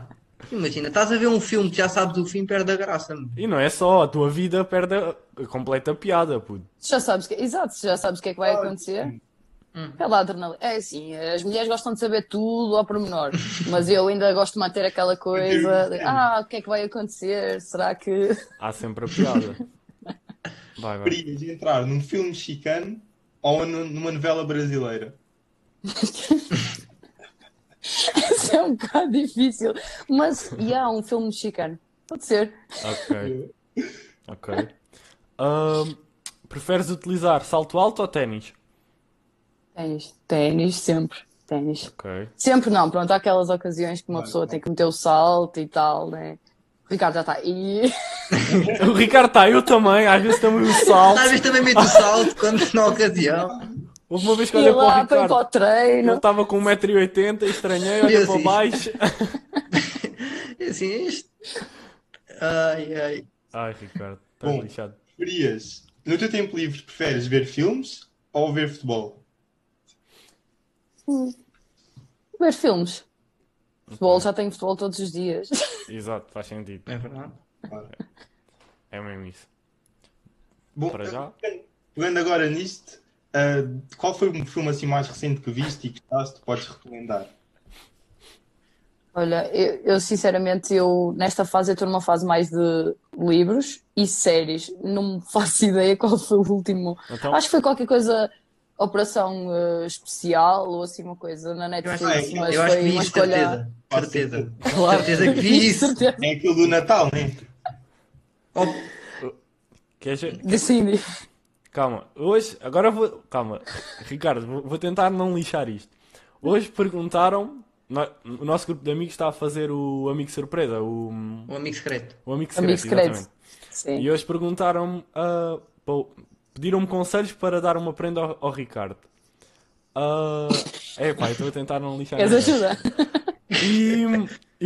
Speaker 2: Imagina, estás a ver um filme que já sabes o fim, perde a graça. mano.
Speaker 3: E não é só, a tua vida perde a a completa piada, puto.
Speaker 5: Já sabes que. Exato, já sabes o que é que vai acontecer. Pela adrenalina. É assim, as mulheres gostam de saber tudo ao pormenor, mas eu ainda gosto de manter aquela coisa de, ah, o que é que vai acontecer? Será que.
Speaker 3: Há sempre a piada. Vai, vai.
Speaker 4: Preferias entrar num filme mexicano ou nu- numa novela brasileira?
Speaker 5: Isso é um bocado difícil. Mas, e há um filme mexicano. Pode ser.
Speaker 3: Ok, ok. Ahm, preferes utilizar salto alto ou ténis?
Speaker 5: Ténis. Ténis, sempre. Ténis.
Speaker 3: Ok.
Speaker 5: Sempre não, pronto, há aquelas ocasiões que uma
Speaker 4: Vai,
Speaker 5: pessoa
Speaker 4: vai.
Speaker 5: tem que meter o salto e tal, né? O Ricardo já está. E...
Speaker 3: O Ricardo está, eu também, às vezes também o salto.
Speaker 2: Às vezes também meto o salto quando na ocasião.
Speaker 3: Houve uma vez que
Speaker 5: E
Speaker 3: olhei para o
Speaker 5: lá, para ir para o
Speaker 3: Ricardo, ele
Speaker 5: treino.
Speaker 3: estava com 1,80m, estranhei, olhei
Speaker 2: Eu
Speaker 3: para
Speaker 2: assim.
Speaker 3: baixo.
Speaker 2: E assim, isto. Ai, ai.
Speaker 3: Ai, Ricardo, estás
Speaker 4: Bom.
Speaker 3: lixado.
Speaker 4: Preferias, no teu tempo livre, preferes ver filmes ou ver futebol?
Speaker 5: Ver filmes. Futebol, já tenho futebol todos os dias.
Speaker 3: Exato, faz sentido.
Speaker 2: É verdade.
Speaker 3: É mesmo isso.
Speaker 4: Bom,
Speaker 3: Para já.
Speaker 4: Pegando agora nisto, ah, qual foi o filme assim mais recente que viste e que gostaste, podes recomendar?
Speaker 5: Olha, eu, eu, sinceramente, eu nesta fase eu estou numa fase mais de livros e séries. Não me faço ideia qual foi o último.
Speaker 3: Então,
Speaker 5: Acho que foi qualquer coisa, Operação eh, Especial ou assim uma coisa na
Speaker 2: Eu acho,
Speaker 5: Netflix, mas
Speaker 2: eu acho que
Speaker 5: foi
Speaker 2: vi
Speaker 5: uma
Speaker 2: isto,
Speaker 5: escolha.
Speaker 2: certeza. Certeza.
Speaker 5: Claro.
Speaker 2: Certeza que vi isso.
Speaker 5: Certeza.
Speaker 4: É aquele do Natal, né?
Speaker 2: Oh,
Speaker 3: queres...
Speaker 5: Decidi.
Speaker 3: Calma, hoje, agora vou. Calma, Ricardo, vou vou tentar não lixar isto. Hoje perguntaram. no- O nosso grupo de amigos está a fazer o Amigo Surpresa, o,
Speaker 2: o amigo secreto.
Speaker 3: o Amigo Secreto.
Speaker 5: Amigo secreto.
Speaker 3: exatamente.
Speaker 5: Sim.
Speaker 3: E hoje perguntaram-me. ah, pô, Pediram-me conselhos para dar uma prenda ao, ao Ricardo. é epá, eu estou a tentar não lixar
Speaker 5: Queres
Speaker 3: nada.
Speaker 5: ajuda?
Speaker 3: E,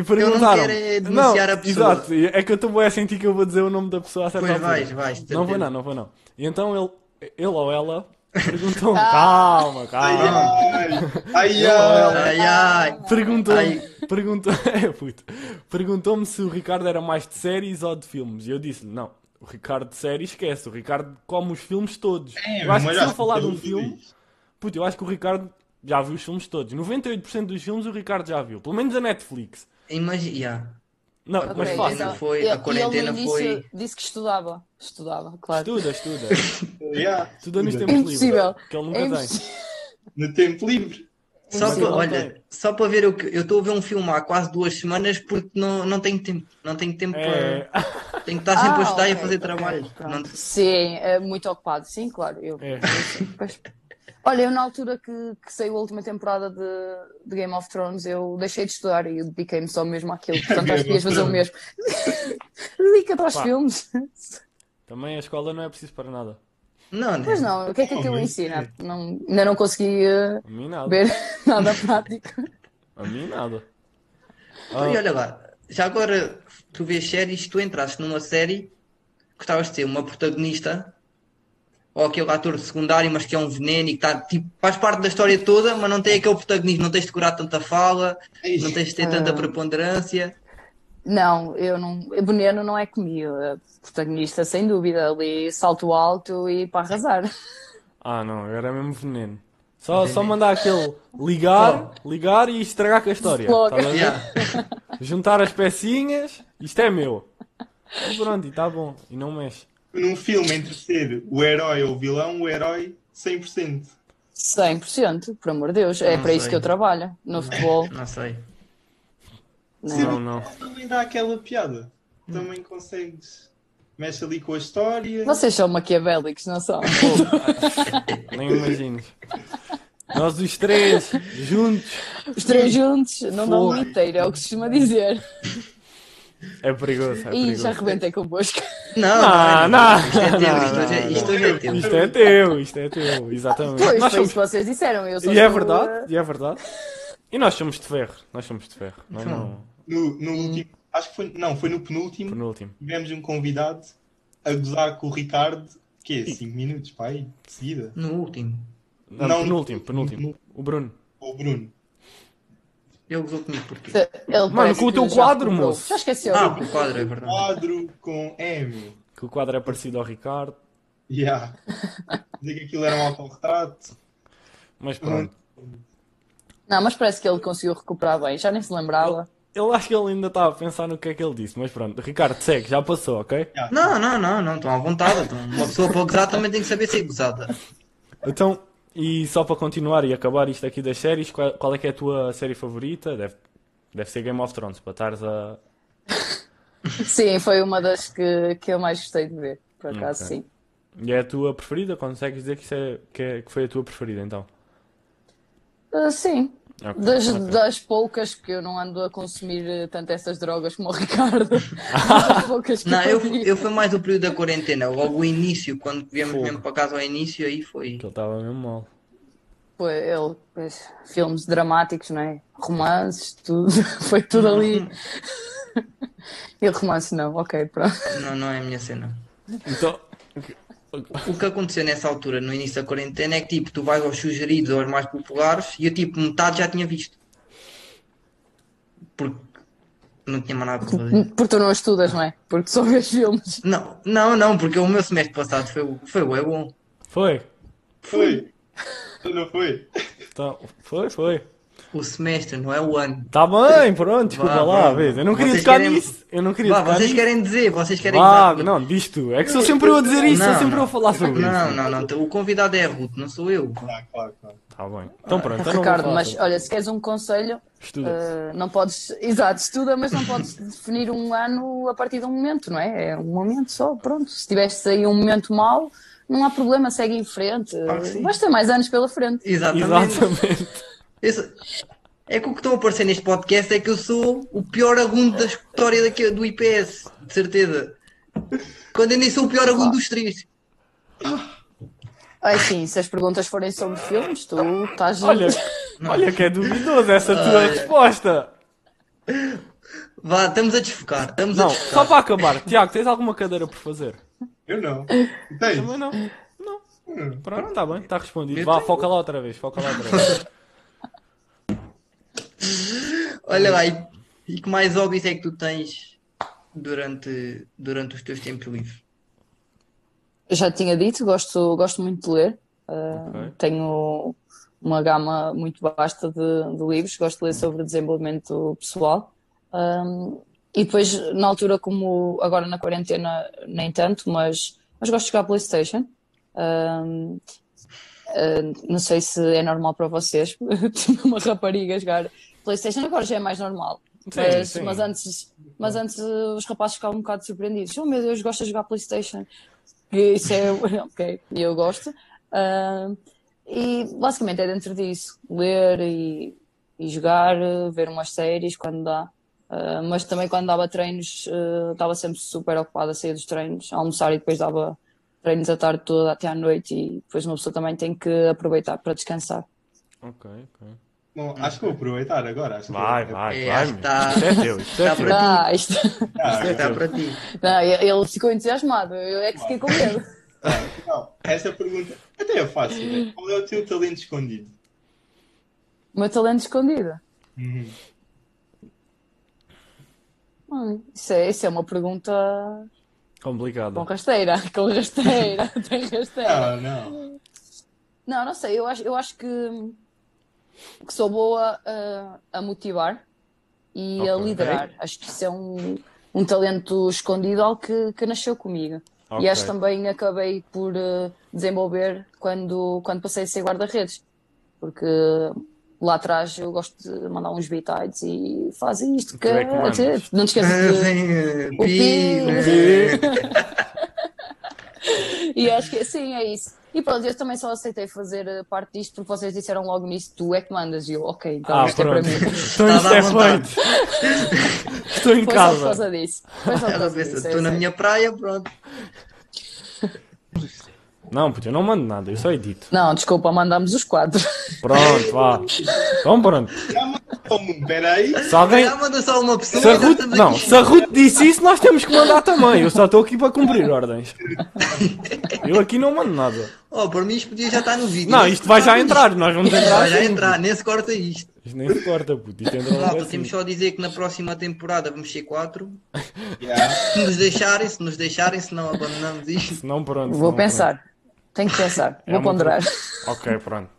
Speaker 3: e perguntaram.
Speaker 2: quero é eh, denunciar
Speaker 3: Não,
Speaker 2: a pessoa.
Speaker 3: Exato, é que eu estou a sentir que eu vou dizer o nome da pessoa a certa
Speaker 2: Pois
Speaker 3: altura.
Speaker 2: vais, vais. de
Speaker 3: Não vou
Speaker 2: certeza.
Speaker 3: não, não vou não. E então ele, ele ou ela perguntou-me,
Speaker 2: é.
Speaker 3: calma,
Speaker 4: Ai, ah,
Speaker 3: calma.
Speaker 4: ai, ai,
Speaker 5: Ah.
Speaker 2: Ai,
Speaker 4: ai.
Speaker 2: ai.
Speaker 3: Perguntou-me,
Speaker 2: Ai.
Speaker 3: perguntou, é, puto. perguntou-me se o Ricardo era mais de séries ou de filmes. E eu disse-lhe, não, o Ricardo de séries esquece, o Ricardo come os filmes todos.
Speaker 4: É,
Speaker 3: eu acho que
Speaker 4: mas
Speaker 3: se eu
Speaker 4: acho
Speaker 3: falar de
Speaker 4: eu
Speaker 3: um
Speaker 4: vi
Speaker 3: filme,
Speaker 4: isso.
Speaker 3: puto, eu acho que o Ricardo já viu os filmes todos. 98% dos filmes o Ricardo já viu, pelo menos a Netflix.
Speaker 2: Imagina. yeah.
Speaker 3: Não,
Speaker 2: Ok,
Speaker 3: mas
Speaker 2: quarentena
Speaker 3: fácil.
Speaker 2: foi- a
Speaker 5: E- e ele no
Speaker 2: quarentena
Speaker 5: início
Speaker 2: foi-
Speaker 5: disse que estudava. Estudava, claro.
Speaker 3: Estuda, estuda.
Speaker 4: Yeah,
Speaker 3: Estuda nos
Speaker 4: tudo.
Speaker 3: tempos
Speaker 5: Impossível.
Speaker 3: livres. Que ele nunca
Speaker 5: É
Speaker 3: tem.
Speaker 5: impossível.
Speaker 4: No tempo livre.
Speaker 2: Só
Speaker 5: Sim,
Speaker 2: para,
Speaker 5: não
Speaker 2: olha, só para ver o que. Eu estou a ver um filme há quase duas semanas porque não, não tenho tempo. Não tenho tempo
Speaker 3: É,
Speaker 2: para. Tenho que estar sempre a
Speaker 5: Ah,
Speaker 2: estudar e a
Speaker 5: ok,
Speaker 2: fazer
Speaker 5: ok,
Speaker 2: trabalho.
Speaker 5: pronto.
Speaker 2: Não-
Speaker 5: Sim, é muito ocupado. Sim, claro. Eu,
Speaker 3: é.
Speaker 5: Pois. Olha, eu na altura que, que saiu a última temporada de, de Game of Thrones, eu deixei de estudar e dediquei-me só mesmo àquilo. Portanto, acho que ias fazer o mesmo. Dedica-te aos
Speaker 3: Pá.
Speaker 5: filmes.
Speaker 3: Também a escola não é preciso para nada.
Speaker 2: Não, né?
Speaker 5: Mas não, o que é que aquilo
Speaker 4: Não, mas-
Speaker 5: ensina? Não, ainda não consegui eh,
Speaker 3: A mim nada.
Speaker 5: ver nada prático.
Speaker 3: A mim nada.
Speaker 2: Então,
Speaker 3: Ah.
Speaker 2: E olha lá, já agora tu vês séries, tu entraste numa série, gostavas de ser uma protagonista ou aquele ator secundário, mas que é um veneno e que tá, tipo, faz parte da história toda, mas não tem aquele protagonismo, não tens de curar tanta fala,
Speaker 4: Ai,
Speaker 2: não tens de ter
Speaker 3: ah.
Speaker 2: tanta preponderância.
Speaker 5: Não, eu não. Veneno não é comigo. A protagonista, sem dúvida, ali salto alto e para arrasar.
Speaker 3: Ah não, eu era mesmo veneno. Só, só mandar aquele ligar, ligar e estragar com a história.
Speaker 5: Logo.
Speaker 3: Estás a ver?
Speaker 2: Yeah.
Speaker 3: Juntar as pecinhas, isto é meu. E pronto, e está bom. E não mexe.
Speaker 4: Num filme entre ser o herói ou o vilão, o herói 100%.
Speaker 5: 100%, por amor de Deus. É
Speaker 2: Não
Speaker 5: para isso
Speaker 2: sei.
Speaker 5: que eu trabalho, no futebol.
Speaker 2: Não sei.
Speaker 5: Não.
Speaker 4: Sim.
Speaker 3: Não, não.
Speaker 4: Também dá aquela piada. Também consegues. Mexe ali com a história.
Speaker 5: Vocês são maquiavélicos, não são?
Speaker 3: Nem imagines. Nós os três, juntos,
Speaker 5: Os três juntos não dão um
Speaker 3: Fogo.
Speaker 5: inteiro, é o que se costuma dizer.
Speaker 3: é perigoso, é
Speaker 5: Ih, já
Speaker 3: perigoso.
Speaker 5: arrebentei convosco.
Speaker 2: Não,
Speaker 3: Não, não.
Speaker 2: Isto é teu, isto hoje é- isto hoje é teu.
Speaker 3: Isto é teu, isto é teu, exatamente.
Speaker 5: Pois,
Speaker 3: Nós
Speaker 5: foi
Speaker 3: somos-
Speaker 5: isso que vocês disseram. Eu só
Speaker 3: E é
Speaker 5: estou,
Speaker 3: verdade,
Speaker 5: eh,
Speaker 3: e é verdade. E nós somos de ferro, nós somos de ferro. Nós não,
Speaker 4: No, no último. Acho que foi. Não, foi no penúltimo.
Speaker 3: penúltimo.
Speaker 4: Tivemos um convidado a gozar com o Ricardo. Quê? 5 minutos, pai? De seguida.
Speaker 2: No último.
Speaker 3: Não,
Speaker 4: Não,
Speaker 3: penúltimo, penúltimo. O Bruno.
Speaker 4: O Bruno.
Speaker 2: Ele gozou comigo porquê?
Speaker 5: ele
Speaker 3: Mano,
Speaker 5: parece
Speaker 3: com o
Speaker 5: que
Speaker 3: teu
Speaker 5: já
Speaker 3: quadro,
Speaker 5: recuperou.
Speaker 3: moço.
Speaker 5: Já esqueceu.
Speaker 2: Ah, o quadro, é verdade.
Speaker 4: Quadro com M.
Speaker 3: Que o quadro é parecido ao Ricardo.
Speaker 4: Yeah. Dizer que aquilo era um autorretrato.
Speaker 3: Mas pronto.
Speaker 5: Não, mas parece que ele conseguiu recuperar bem, já nem se lembrava.
Speaker 3: Eu acho que ele ainda estava a pensar no que é que ele disse, mas pronto. Ricardo, segue, já passou, ok?
Speaker 2: Não, não, não, não, estão à vontade. Estão... Uma pessoa para gozar também tem que saber ser gozada.
Speaker 3: Então, e só para continuar e acabar isto aqui das séries, qual, qual é que é a tua série favorita? Deve, deve ser Game of Thrones, para estares a.
Speaker 5: Sim, foi uma das que, que eu mais gostei de ver, por acaso,
Speaker 3: Ok.
Speaker 5: sim.
Speaker 3: E é a tua preferida? Consegues dizer que, isso é, que, é- que foi a tua preferida então?
Speaker 5: Ah, sim,
Speaker 3: Ok,
Speaker 5: das,
Speaker 3: ok.
Speaker 5: das poucas que eu não ando a consumir eh, tanto essas drogas como o Ricardo. das poucas que
Speaker 2: Não, eu,
Speaker 5: vi.
Speaker 2: eu fui mais o período da quarentena, logo o início, quando viemos
Speaker 3: Fogo.
Speaker 2: mesmo para casa ao início, aí foi.
Speaker 3: Que ele estava mesmo mal.
Speaker 5: Foi ele, pois, filmes dramáticos, não é? Romances, tudo. Foi tudo ali. e romance não, ok, pronto.
Speaker 2: Não, não é a minha cena.
Speaker 3: Então,
Speaker 2: O que aconteceu nessa altura, no início da quarentena, é que tipo, tu vais aos sugeridos, aos mais populares, e eu tipo, metade já tinha visto. Porque não tinha mais nada para fazer.
Speaker 5: Porque tu não estudas, não é? Porque só vês filmes.
Speaker 2: Não, não, não, porque o meu semestre passado foi, foi bué bom.
Speaker 3: foi.
Speaker 4: Foi. Não foi.
Speaker 3: Então, foi, foi.
Speaker 2: O semestre, não é o ano.
Speaker 3: Tá bem, pronto, desculpa
Speaker 2: Vá,
Speaker 3: lá,
Speaker 2: vá.
Speaker 3: vês. Eu não queria
Speaker 2: Vocês
Speaker 3: tocar
Speaker 2: querem-
Speaker 3: nisso. Eu não queria
Speaker 2: Vá,
Speaker 3: tocar
Speaker 2: vocês
Speaker 3: nisso.
Speaker 2: querem dizer, vocês querem
Speaker 3: Vá,
Speaker 2: dizer.
Speaker 3: Ah, não, diz tu. É que sou sempre eu a dizer isso, sou
Speaker 2: Não, É
Speaker 3: sempre eu a falar sobre
Speaker 2: Não,
Speaker 3: isso.
Speaker 2: não, não, o convidado é a Ruth, não sou eu.
Speaker 4: Claro, Ah, claro, claro.
Speaker 3: Tá bem. Então pronto, eu não vou
Speaker 5: Ricardo,
Speaker 3: falar
Speaker 5: mas
Speaker 3: sobre-
Speaker 5: olha, se queres um conselho,
Speaker 3: Estuda.
Speaker 5: eh, não podes. Exato, estuda, mas não podes definir um ano a partir de um momento, não é? É um momento só, pronto. Se tivesse aí um momento mau, não há problema, segue em frente.
Speaker 2: Claro
Speaker 3: Ah,
Speaker 2: que sim.
Speaker 5: Vais ter mais anos pela frente.
Speaker 2: Ah, Exatamente.
Speaker 3: Exatamente.
Speaker 2: Eu sou- É que o que estão a aparecer neste podcast é que eu sou o pior agudo da história daqui, do IPS, de certeza. Quando eu nem sou o pior agudo dos três.
Speaker 5: Ai, sim, se as perguntas forem sobre filmes, tu estás.
Speaker 3: Olha, olha que é duvidoso essa
Speaker 2: Ah.
Speaker 3: tua resposta.
Speaker 2: Vá, estamos a desfocar, estamos a
Speaker 3: Não,
Speaker 2: desfocar.
Speaker 3: só para acabar. Tiago, tens alguma cadeira por fazer?
Speaker 4: Eu não. Tens?
Speaker 3: Também não. Não.
Speaker 4: Hum.
Speaker 3: Pronto, está bem, está respondido. Vá, foca lá outra vez, foca lá outra vez.
Speaker 2: Olha lá, e, e que mais hobbies é que tu tens durante, durante os teus tempos livres?
Speaker 5: Eu já tinha dito, gosto, gosto muito de ler. Uh,
Speaker 3: Ok.
Speaker 5: Tenho uma gama muito vasta de, de livros, gosto de ler sobre desenvolvimento pessoal. Um, e depois, na altura, como agora na quarentena, nem tanto, mas, mas gosto de jogar PlayStation. Um, uh, não sei se é normal para vocês, tinha uma rapariga a jogar PlayStation, agora já é mais normal.
Speaker 3: Sim,
Speaker 5: mas,
Speaker 3: sim.
Speaker 5: mas antes, mas antes uh, os rapazes ficavam um bocado surpreendidos. Oh meu Deus, gosta de jogar PlayStation. E Isso é ok, e eu gosto. Ah, e basicamente é dentro disso, ler e, e jogar, eh, ver umas séries quando dá. Ah, mas também quando dava treinos, eh, estava sempre super ocupada a sair dos treinos, a almoçar e depois dava treinos a tarde toda até à noite e depois uma pessoa também tem que aproveitar para descansar.
Speaker 3: Ok, ok.
Speaker 4: Bom, acho que vou aproveitar agora. Acho que vou
Speaker 3: Vai,
Speaker 4: aproveitar.
Speaker 3: vai,
Speaker 2: É,
Speaker 3: vai.
Speaker 2: acho
Speaker 3: meu.
Speaker 2: que tá-
Speaker 3: Isto Ah,
Speaker 2: tá
Speaker 3: é teu, isto é teu.
Speaker 2: pra-
Speaker 5: Ah, isto...
Speaker 4: Ah,
Speaker 2: Está para ti.
Speaker 5: Não, ele ficou entusiasmado, eu é que fiquei com medo.
Speaker 4: não, não. então, Essa pergunta até é fácil. né? Qual é o teu talento escondido?
Speaker 5: O meu talento escondido.
Speaker 4: Uhum.
Speaker 5: Hum, isso, é, isso é uma pergunta
Speaker 3: Complicado.
Speaker 5: com rasteira, com rasteira, tem rasteira.
Speaker 4: Não, não.
Speaker 5: Não, não sei, eu acho, eu acho que, que sou boa a, a motivar e a
Speaker 3: Ok.
Speaker 5: liderar. Acho que isso é um, um talento escondido, algo que, que nasceu comigo.
Speaker 3: Ok.
Speaker 5: E acho que também acabei por eh, desenvolver quando, quando passei a ser guarda-redes. Porque lá atrás eu gosto de mandar uns bitites e fazem isto. Que,
Speaker 3: Tu é que mandas.
Speaker 5: não te esqueças
Speaker 2: Ah,
Speaker 5: de,
Speaker 2: Sim,
Speaker 5: O pi,
Speaker 2: eh, né?
Speaker 5: E acho que sim, é isso. E pronto, eu também só aceitei fazer eh, parte disto porque vocês disseram logo nisso, tu é que mandas. E eu, ok, então
Speaker 3: Ah,
Speaker 5: isto é para
Speaker 3: pronto.
Speaker 5: mim.
Speaker 3: Então
Speaker 2: Tá
Speaker 3: isto
Speaker 2: à
Speaker 3: é
Speaker 2: vontade.
Speaker 3: feito. Estou em
Speaker 5: Foi só por
Speaker 3: casa.
Speaker 5: causa disso. Foi só por
Speaker 2: Ela
Speaker 5: causa
Speaker 2: pensa,
Speaker 5: disso. é
Speaker 2: estou na
Speaker 5: isso.
Speaker 2: minha praia, pronto.
Speaker 3: Não, puto, eu não mando nada, eu só edito.
Speaker 5: Não, desculpa, mandámos os quatro.
Speaker 3: Pronto, vá. Então pronto.
Speaker 4: Já mandou para o mundo. Espera aí.
Speaker 3: Se alguém.
Speaker 2: Já manda só uma pessoa
Speaker 3: Se a
Speaker 2: e já
Speaker 3: Ruth...
Speaker 2: estamos
Speaker 3: Não,
Speaker 2: aqui.
Speaker 3: se a Ruth disse isso, nós temos que mandar também. Eu só estou aqui para cumprir ordens. Eu aqui não mando nada.
Speaker 2: Oh, por mim isto podia já estar no vídeo.
Speaker 3: Não, isto vai já entrar, nós vamos entrar.
Speaker 2: Vai É, já
Speaker 3: assim.
Speaker 2: entrar, nem se corta isto.
Speaker 3: Isto nem se corta, puto. Isto entra logo
Speaker 2: Malta,
Speaker 3: assim.
Speaker 2: temos só a dizer que na próxima temporada vamos ser quatro.
Speaker 4: Yeah.
Speaker 2: Se nos deixarem, se nos deixarem, se não abandonamos isto.
Speaker 3: Se não, pronto. se
Speaker 5: Vou
Speaker 3: não,
Speaker 5: pensar. Tenho que pensar.
Speaker 3: É
Speaker 5: Vou
Speaker 3: uma
Speaker 5: ponderar.
Speaker 3: pronto. Ok, pronto.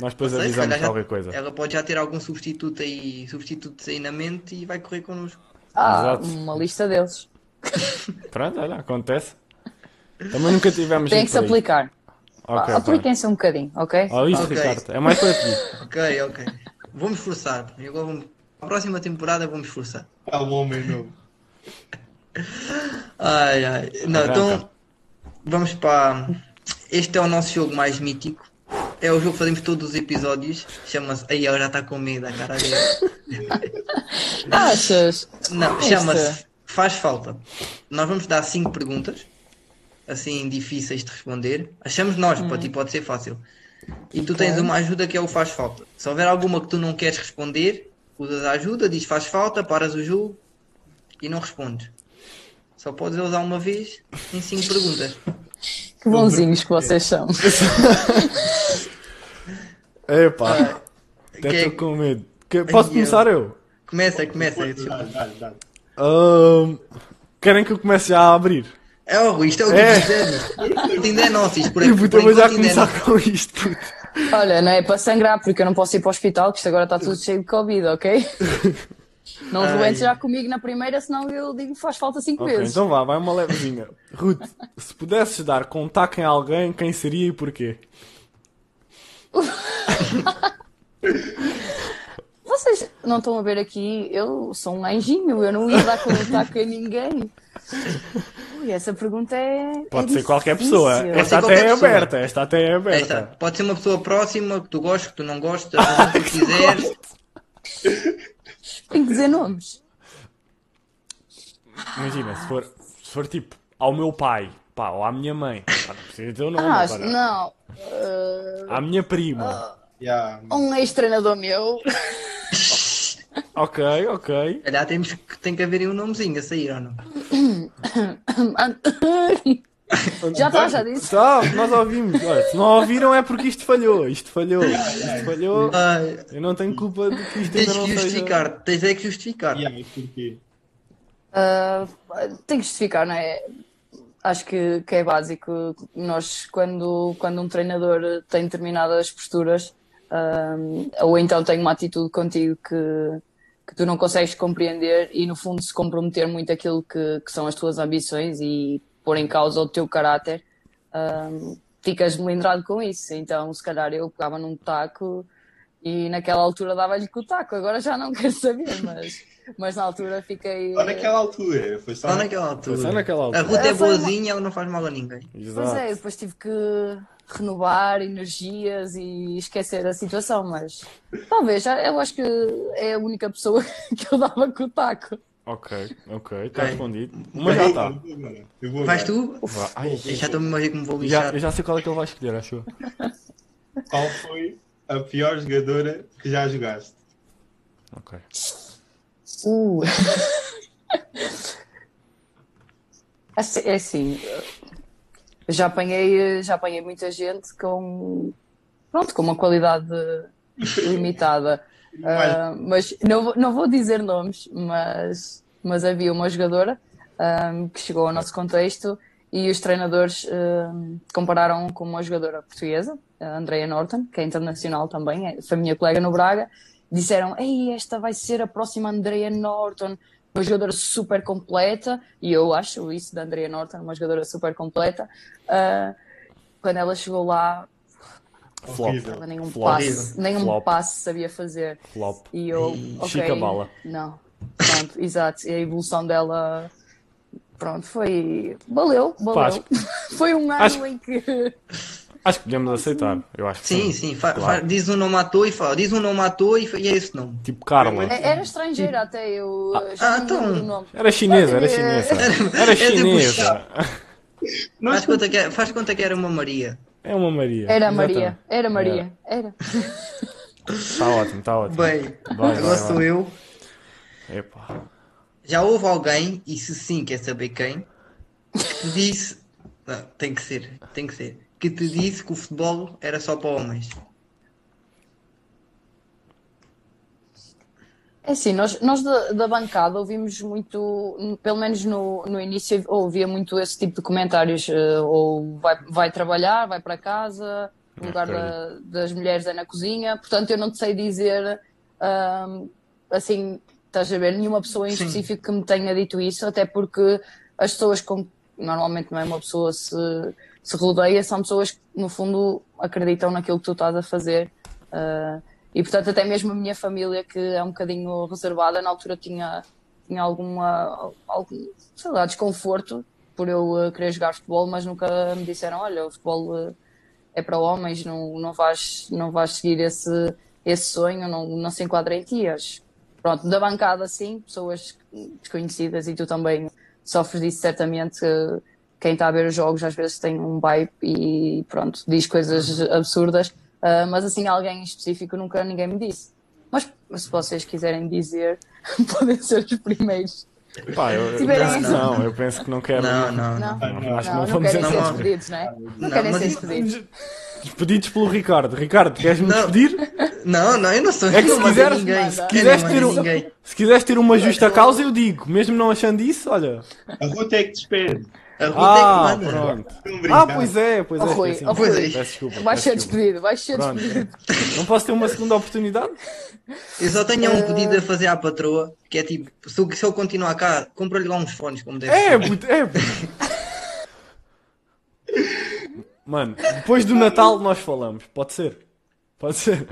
Speaker 3: Nós depois
Speaker 2: Não sei, se
Speaker 3: avisamos
Speaker 2: calhar já-
Speaker 3: qualquer coisa.
Speaker 2: Ela pode já ter algum substituto aí, substituto aí na mente e vai correr connosco.
Speaker 5: Ah,
Speaker 3: Exato.
Speaker 5: uma lista deles.
Speaker 2: é-
Speaker 3: Pronto, olha, acontece. Também nunca tivemos
Speaker 5: Tem
Speaker 3: gente
Speaker 5: que se
Speaker 3: para isso.
Speaker 5: aplicar.
Speaker 3: Ok, pá.
Speaker 5: Apliquem-se um bocadinho, ok?
Speaker 3: Olha isso,
Speaker 2: Ok.
Speaker 3: Ricardo. É mais para ti.
Speaker 2: Ok, ok. Vou-me esforçar. Eu agora vou-me- A próxima temporada vou-me esforçar.
Speaker 4: Há um homem novo.
Speaker 2: Ai, ai. Não,
Speaker 3: Arranca.
Speaker 2: então vamos para. Este é o nosso jogo mais mítico. É o jogo que fazemos todos os episódios. Chama-se. Aí ela já está com medo, a cara dele.
Speaker 5: Achas?
Speaker 2: Não,
Speaker 5: Isto.
Speaker 2: chama-se Faz Falta. Nós vamos dar cinco perguntas, assim difíceis de responder. Achamos nós, para ti pode ser fácil. E tu tens uma ajuda que é o Faz Falta. Se houver alguma que tu não queres responder, usas a ajuda, diz Faz Falta, paras o jogo e não respondes. Só podes usar uma vez em cinco perguntas.
Speaker 5: Que bonzinhos que vocês são.
Speaker 3: Epá, até
Speaker 2: Quem-
Speaker 3: estou com medo. Que- Posso
Speaker 2: eu.
Speaker 3: começar eu?
Speaker 2: Começa, começa.
Speaker 4: Dá, dá, dá.
Speaker 3: Ahm, querem que eu comece já a abrir?
Speaker 2: É o Rui, isto é o que
Speaker 3: É.
Speaker 2: fizemos. Isto ainda é nosso, isto por,
Speaker 3: Eu vou
Speaker 2: por
Speaker 3: também já
Speaker 2: enquanto ainda é nosso.
Speaker 3: começar com isto, puto.
Speaker 5: Olha, não é para sangrar, porque eu não posso ir para o hospital, que isto agora está tudo cheio de Covid, ok? Não
Speaker 2: Ai.
Speaker 5: doentes já comigo na primeira, senão eu digo faz falta cinco
Speaker 3: Ok,
Speaker 5: vezes.
Speaker 3: então vá, vai uma levezinha. Ruth, se pudesses dar contacto em alguém, quem seria e porquê?
Speaker 5: Vocês não estão a ver aqui, eu sou um anjinho, eu não ia dar contacto a ninguém. Ui, essa pergunta é. é
Speaker 3: Pode ser qualquer
Speaker 5: difícil.
Speaker 3: pessoa.
Speaker 2: Pode ser
Speaker 3: Esta até
Speaker 2: qualquer
Speaker 3: é
Speaker 2: pessoa.
Speaker 3: aberta, esta até é
Speaker 2: Aí
Speaker 3: aberta.
Speaker 2: está. Pode ser uma pessoa próxima, que tu gostes, que tu não gostas, a pessoa que tu quiseres.
Speaker 5: Tenho que dizer nomes.
Speaker 3: Imagina, se for, se for tipo ao meu pai, pá, ou à minha mãe, pá, não precisa ter o nome,
Speaker 5: Ah,
Speaker 3: agora.
Speaker 5: não. Ah,
Speaker 3: à minha prima.
Speaker 4: Yeah.
Speaker 5: um ex-treinador meu.
Speaker 3: Ok, ok.
Speaker 2: Calhar temos que, tem que haver aí um nomezinho a sair ou não?
Speaker 5: já está, já disse.
Speaker 3: Tá, nós ouvimos. Olha, se não ouviram é porque isto falhou, isto falhou, isto falhou.
Speaker 2: Ai,
Speaker 3: Eu não tenho culpa de que isto
Speaker 2: tens
Speaker 3: Ah, ainda não
Speaker 2: que
Speaker 3: seja.
Speaker 2: justificar, tens é que justificar.
Speaker 4: Yeah, e porquê?
Speaker 5: Ah, tem que justificar, não é? Acho que, que é básico. Nós, quando, quando um treinador tem determinadas posturas, ah, ou então tem uma atitude contigo que, que tu não consegues compreender e, no fundo, se comprometer muito aquilo que, que são as tuas ambições e pôr em causa o teu caráter, ah, ficas melindrado com isso. Então, se calhar, eu pegava num taco e, naquela altura, dava-lhe com o taco. Agora já não quero saber, mas, mas na altura fiquei.
Speaker 4: Só Tá naquela altura. Foi só
Speaker 2: Só Tá naquela altura.
Speaker 3: Só naquela
Speaker 2: A
Speaker 3: altura.
Speaker 2: Ruth é
Speaker 5: Foi uma-
Speaker 2: boazinha, ela não faz mal a ninguém.
Speaker 5: Pois
Speaker 3: Exato.
Speaker 5: é, depois tive que renovar energias e esquecer a situação, mas talvez, já- eu acho que é a única pessoa que eu dava com o taco.
Speaker 3: Ok, ok, está
Speaker 2: Ok.
Speaker 3: respondido. Uma
Speaker 4: Mas
Speaker 3: já tá.
Speaker 4: eu
Speaker 3: está.
Speaker 4: vou agora, eu vou
Speaker 2: Vais
Speaker 4: agora.
Speaker 2: tu?
Speaker 3: Vá, é. ai,
Speaker 2: Eu já estou mesmo a ver como vou
Speaker 3: já,
Speaker 2: lixar.
Speaker 3: eu já sei qual é que ele vai escolher, acho eu.
Speaker 4: Qual foi a pior jogadora que já jogaste?
Speaker 3: Ok.
Speaker 5: Uh. Assim- É assim, eu já apanhei, já apanhei muita gente com, pronto, com uma qualidade limitada. Ah, mas não, vou- não vou dizer nomes, mas, mas havia uma jogadora ahm, que chegou ao nosso contexto e os treinadores ahm, compararam com uma jogadora portuguesa, a Andrea Norton, que é internacional também, é- foi minha colega no Braga. Disseram: Ei, esta vai ser a próxima Andrea Norton, uma jogadora super completa. E eu acho isso da Andrea Norton, uma jogadora super completa. Ah, quando ela chegou lá,
Speaker 3: Flop.
Speaker 4: Horrível.
Speaker 5: ela nenhum
Speaker 3: Flop.
Speaker 5: passe, nenhum
Speaker 3: Flop.
Speaker 5: passe sabia fazer.
Speaker 3: Flop.
Speaker 5: E eu, ok,
Speaker 3: Chica bala.
Speaker 5: Não. Pronto, exato. E a evolução dela, pronto, foi. Valeu, valeu. Foi um ano
Speaker 3: Acho-
Speaker 5: em que.
Speaker 3: Acho que podemos aceitar. Eu acho que
Speaker 2: Sim, sim, fa-
Speaker 3: Claro.
Speaker 2: fa- diz um nome à toa e fala, diz um nome à toa e, fa- e é esse nome.
Speaker 3: Tipo Carla.
Speaker 5: É- Era estrangeira até, eu. já
Speaker 2: ah,
Speaker 5: não lembro
Speaker 2: então.
Speaker 5: o nome.
Speaker 3: Era chinesa, era chinesa. Era
Speaker 2: É tipo
Speaker 3: chinesa.
Speaker 2: Faz conta, que, é- faz conta que era uma Maria.
Speaker 3: É uma Maria.
Speaker 5: Era a
Speaker 3: Exatamente.
Speaker 5: Maria, era a Maria, era.
Speaker 3: Está ótimo, está ótimo.
Speaker 2: Bem,
Speaker 3: Vai,
Speaker 2: agora
Speaker 3: vai,
Speaker 2: sou
Speaker 3: vai.
Speaker 2: eu.
Speaker 3: Epá.
Speaker 2: Já houve alguém, e se sim, quer saber quem, que te disse. Não, tem que ser, tem que ser. Que te disse que o futebol era só para homens.
Speaker 5: É assim, nós, nós da, da bancada ouvimos muito, pelo menos no, no início, ouvia muito esse tipo de comentários, eh, ou vai, vai trabalhar, vai para casa, O lugar da- das mulheres é na cozinha. Portanto, eu não te sei dizer, ahm, assim, estás a ver, nenhuma pessoa em
Speaker 2: Sim.
Speaker 5: específico que me tenha dito isso, até porque as pessoas com que normalmente não é uma pessoa se, se rodeia são pessoas que, no fundo, acreditam naquilo que tu estás a fazer. Ah, e, portanto, até mesmo a minha família, que é um bocadinho reservada, na altura tinha, tinha alguma, algum, sei lá, desconforto por eu eh, querer jogar futebol, mas nunca me disseram, olha, o futebol eh, é para homens, não, não, vais, não vais seguir esse, esse sonho, não, não se enquadra em ti. Acho. Pronto, da bancada sim, pessoas desconhecidas e tu também sofres disso certamente. que Quem está a ver os jogos às vezes tem um vibe e pronto, diz coisas absurdas, ah, mas assim alguém em específico nunca ninguém me disse. Mas se vocês quiserem dizer, podem ser os primeiros.
Speaker 3: Pá, eu, eu
Speaker 5: Tiverem
Speaker 3: penso que
Speaker 2: isso.
Speaker 3: não, eu penso que não quero.
Speaker 2: Não, não, não.
Speaker 5: Não, não,
Speaker 4: não,
Speaker 3: acho que
Speaker 5: não,
Speaker 3: não vamos
Speaker 5: querem ser
Speaker 3: entrar.
Speaker 2: não.
Speaker 5: despedidos, não é? Não
Speaker 2: Não,
Speaker 5: querem
Speaker 2: mas
Speaker 5: ser
Speaker 2: isso-
Speaker 5: despedidos.
Speaker 3: Despedidos pelo Ricardo. Ricardo, queres-me
Speaker 2: Não.
Speaker 3: despedir?
Speaker 2: Não, não, eu não sou.
Speaker 3: É que
Speaker 2: eu
Speaker 3: se
Speaker 2: não mandei
Speaker 3: quiseres-
Speaker 2: ninguém. tá?
Speaker 5: se
Speaker 2: Eu não
Speaker 3: quiseres
Speaker 2: mandei
Speaker 3: ter um-
Speaker 2: ninguém.
Speaker 3: Se quiseres ter uma justa causa, eu digo. Mesmo não achando isso, olha.
Speaker 4: A Ruth é que te espera.
Speaker 2: A Ruth
Speaker 3: Ah,
Speaker 2: é que manda.
Speaker 3: pronto.
Speaker 4: Não
Speaker 3: Ah,
Speaker 4: brincar.
Speaker 3: pois é, pois é.
Speaker 5: Oh, Rui,
Speaker 3: esqueci-me.
Speaker 5: oh, Rui.
Speaker 3: Peço desculpa,
Speaker 5: Vais
Speaker 3: peço
Speaker 5: ser
Speaker 3: desculpa.
Speaker 5: despedido, vais ser
Speaker 3: Pronto.
Speaker 5: despedido.
Speaker 3: Não posso ter uma segunda oportunidade?
Speaker 2: Eu só tenho
Speaker 3: É.
Speaker 2: um pedido a fazer à patroa, que é tipo, se eu, se eu continuar cá, compra-lhe lá uns fones, como deve
Speaker 3: É,
Speaker 2: ser.
Speaker 3: puto, é. puto. Mano, depois do Natal nós falamos. Pode ser? Pode ser?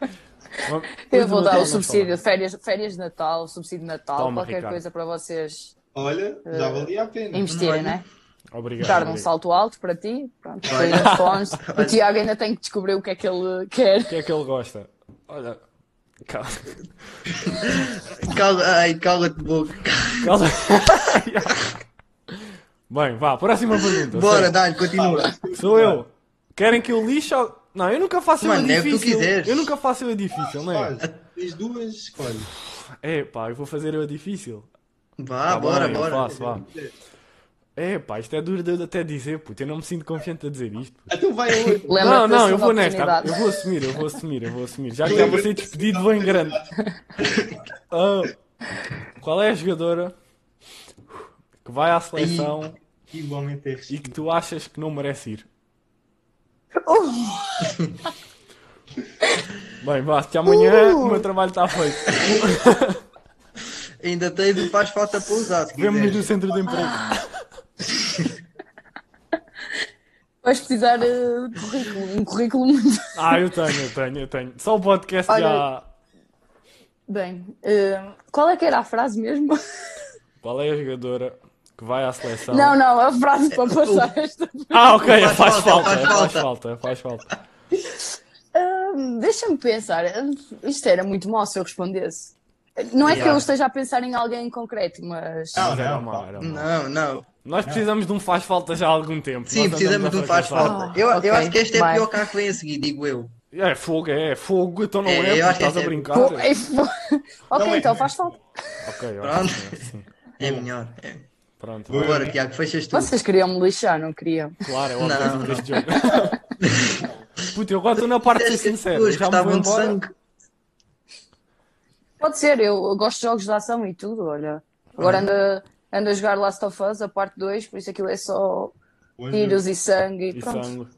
Speaker 3: Depois
Speaker 5: Eu
Speaker 3: do
Speaker 5: vou
Speaker 3: Natal
Speaker 5: dar o
Speaker 3: nós
Speaker 5: subsídio,
Speaker 3: falamos.
Speaker 5: férias, férias de Natal, subsídio de Natal,
Speaker 3: Toma,
Speaker 5: qualquer
Speaker 3: Ricardo.
Speaker 5: coisa para vocês
Speaker 4: Olha, já valia a pena.
Speaker 5: investirem, né?
Speaker 3: Obrigado.
Speaker 5: Dar um
Speaker 3: obrigado.
Speaker 5: salto alto para ti, pronto, depois os fones. O Tiago ainda tem que descobrir o que é que ele quer.
Speaker 3: O que é que ele gosta? Olha. Calma.
Speaker 2: Cala, ai, cala-te boca.
Speaker 3: Calma. Bem, vá, próxima pergunta.
Speaker 2: Bora, dá-lhe, continua.
Speaker 3: Tá Sou eu. Querem que eu lixe? ou- Não, eu nunca faço
Speaker 2: Mano,
Speaker 3: eu
Speaker 2: é o que tu
Speaker 3: difícil.
Speaker 2: quiseres.
Speaker 3: eu nunca faço eu difícil, não é?
Speaker 4: Olha, tens duas escolhas.
Speaker 3: É, pá, eu vou fazer eu difícil.
Speaker 2: Vá,
Speaker 3: Tá
Speaker 2: Ah, bora,
Speaker 3: bem, eu
Speaker 2: bora.
Speaker 3: faço, vá. É, pá, isto é duro de eu até dizer, puto. Eu não me sinto confiante a dizer isto.
Speaker 4: Então vai a outra.
Speaker 5: Lembra-te
Speaker 3: não,
Speaker 5: da
Speaker 3: não, eu
Speaker 5: segunda
Speaker 3: vou nesta.
Speaker 5: oportunidade.
Speaker 3: Eu vou assumir, eu vou assumir, eu vou assumir. Já que já vou ser despedido, vou em grande. Ah, qual é a jogadora que vai à seleção
Speaker 4: Igualmente é
Speaker 3: e que tu achas que não merece ir? Bem, vá, até amanhã o meu trabalho está feito.
Speaker 2: Ainda tens o que faz falta para usar, se
Speaker 3: Vemo-nos no
Speaker 2: quiseres.
Speaker 3: centro de emprego.
Speaker 5: Vais precisar eh, de currículo, um currículo muito.
Speaker 3: Ah, eu tenho, eu tenho, eu tenho. Só o podcast
Speaker 5: Olha-
Speaker 3: já.
Speaker 5: Bem, eh, qual é que era a frase mesmo?
Speaker 3: Qual é a jogadora que vai à seleção?
Speaker 5: Não, não, a frase para passar esta.
Speaker 3: Ah, ok, faz,
Speaker 2: Faz
Speaker 3: falta,
Speaker 2: falta,
Speaker 3: faz,
Speaker 2: faz
Speaker 3: falta.
Speaker 2: falta.
Speaker 3: faz falta.
Speaker 5: Hum, Deixa-me pensar. Isto era muito mau se eu respondesse. Não é que
Speaker 2: Yeah.
Speaker 5: eu esteja a pensar em alguém em concreto, mas.
Speaker 4: Não,
Speaker 3: Mas era
Speaker 4: não,
Speaker 3: mau,
Speaker 4: pá.
Speaker 3: era mau.
Speaker 2: Não, não.
Speaker 3: Nós precisamos de um faz falta já há algum tempo.
Speaker 2: Sim,
Speaker 3: Nós
Speaker 2: precisamos
Speaker 3: andamos
Speaker 2: de
Speaker 3: a
Speaker 2: um faz falta. eu,
Speaker 5: ok,
Speaker 2: eu acho que este é
Speaker 5: vai.
Speaker 2: pior que a que vem a seguir, digo eu.
Speaker 3: É fogo, é fogo, então não
Speaker 2: É,
Speaker 3: é,
Speaker 2: eu
Speaker 3: porque
Speaker 2: acho que
Speaker 3: estás a
Speaker 2: é-
Speaker 3: brincar.
Speaker 5: Pô,
Speaker 3: Ok,
Speaker 5: é fo-
Speaker 4: Não
Speaker 5: ok,
Speaker 4: é.
Speaker 5: então faz falta.
Speaker 3: eu
Speaker 2: Pronto.
Speaker 3: acho que sim.
Speaker 2: É melhor. É.
Speaker 3: Pronto,
Speaker 4: Boa.
Speaker 2: Bora, Tiago, fechas tu.
Speaker 5: Vocês queriam me lixar, não queriam?
Speaker 3: claro, é o
Speaker 2: Não,
Speaker 3: objetivo
Speaker 2: não.
Speaker 3: deste jogo. Puta, eu agora estou na parte de ser
Speaker 2: Disseste que as
Speaker 3: sincero.
Speaker 2: pessoas
Speaker 3: Já me vou
Speaker 2: gostavam de
Speaker 3: embora.
Speaker 2: sangue.
Speaker 5: Pode ser, eu eu gosto de jogos de ação e tudo, olha. Agora anda, anda a jogar Last of Us, a parte 2, por isso aquilo é só
Speaker 4: é.
Speaker 5: tiros e sangue e
Speaker 3: E
Speaker 5: pronto.
Speaker 3: sangue.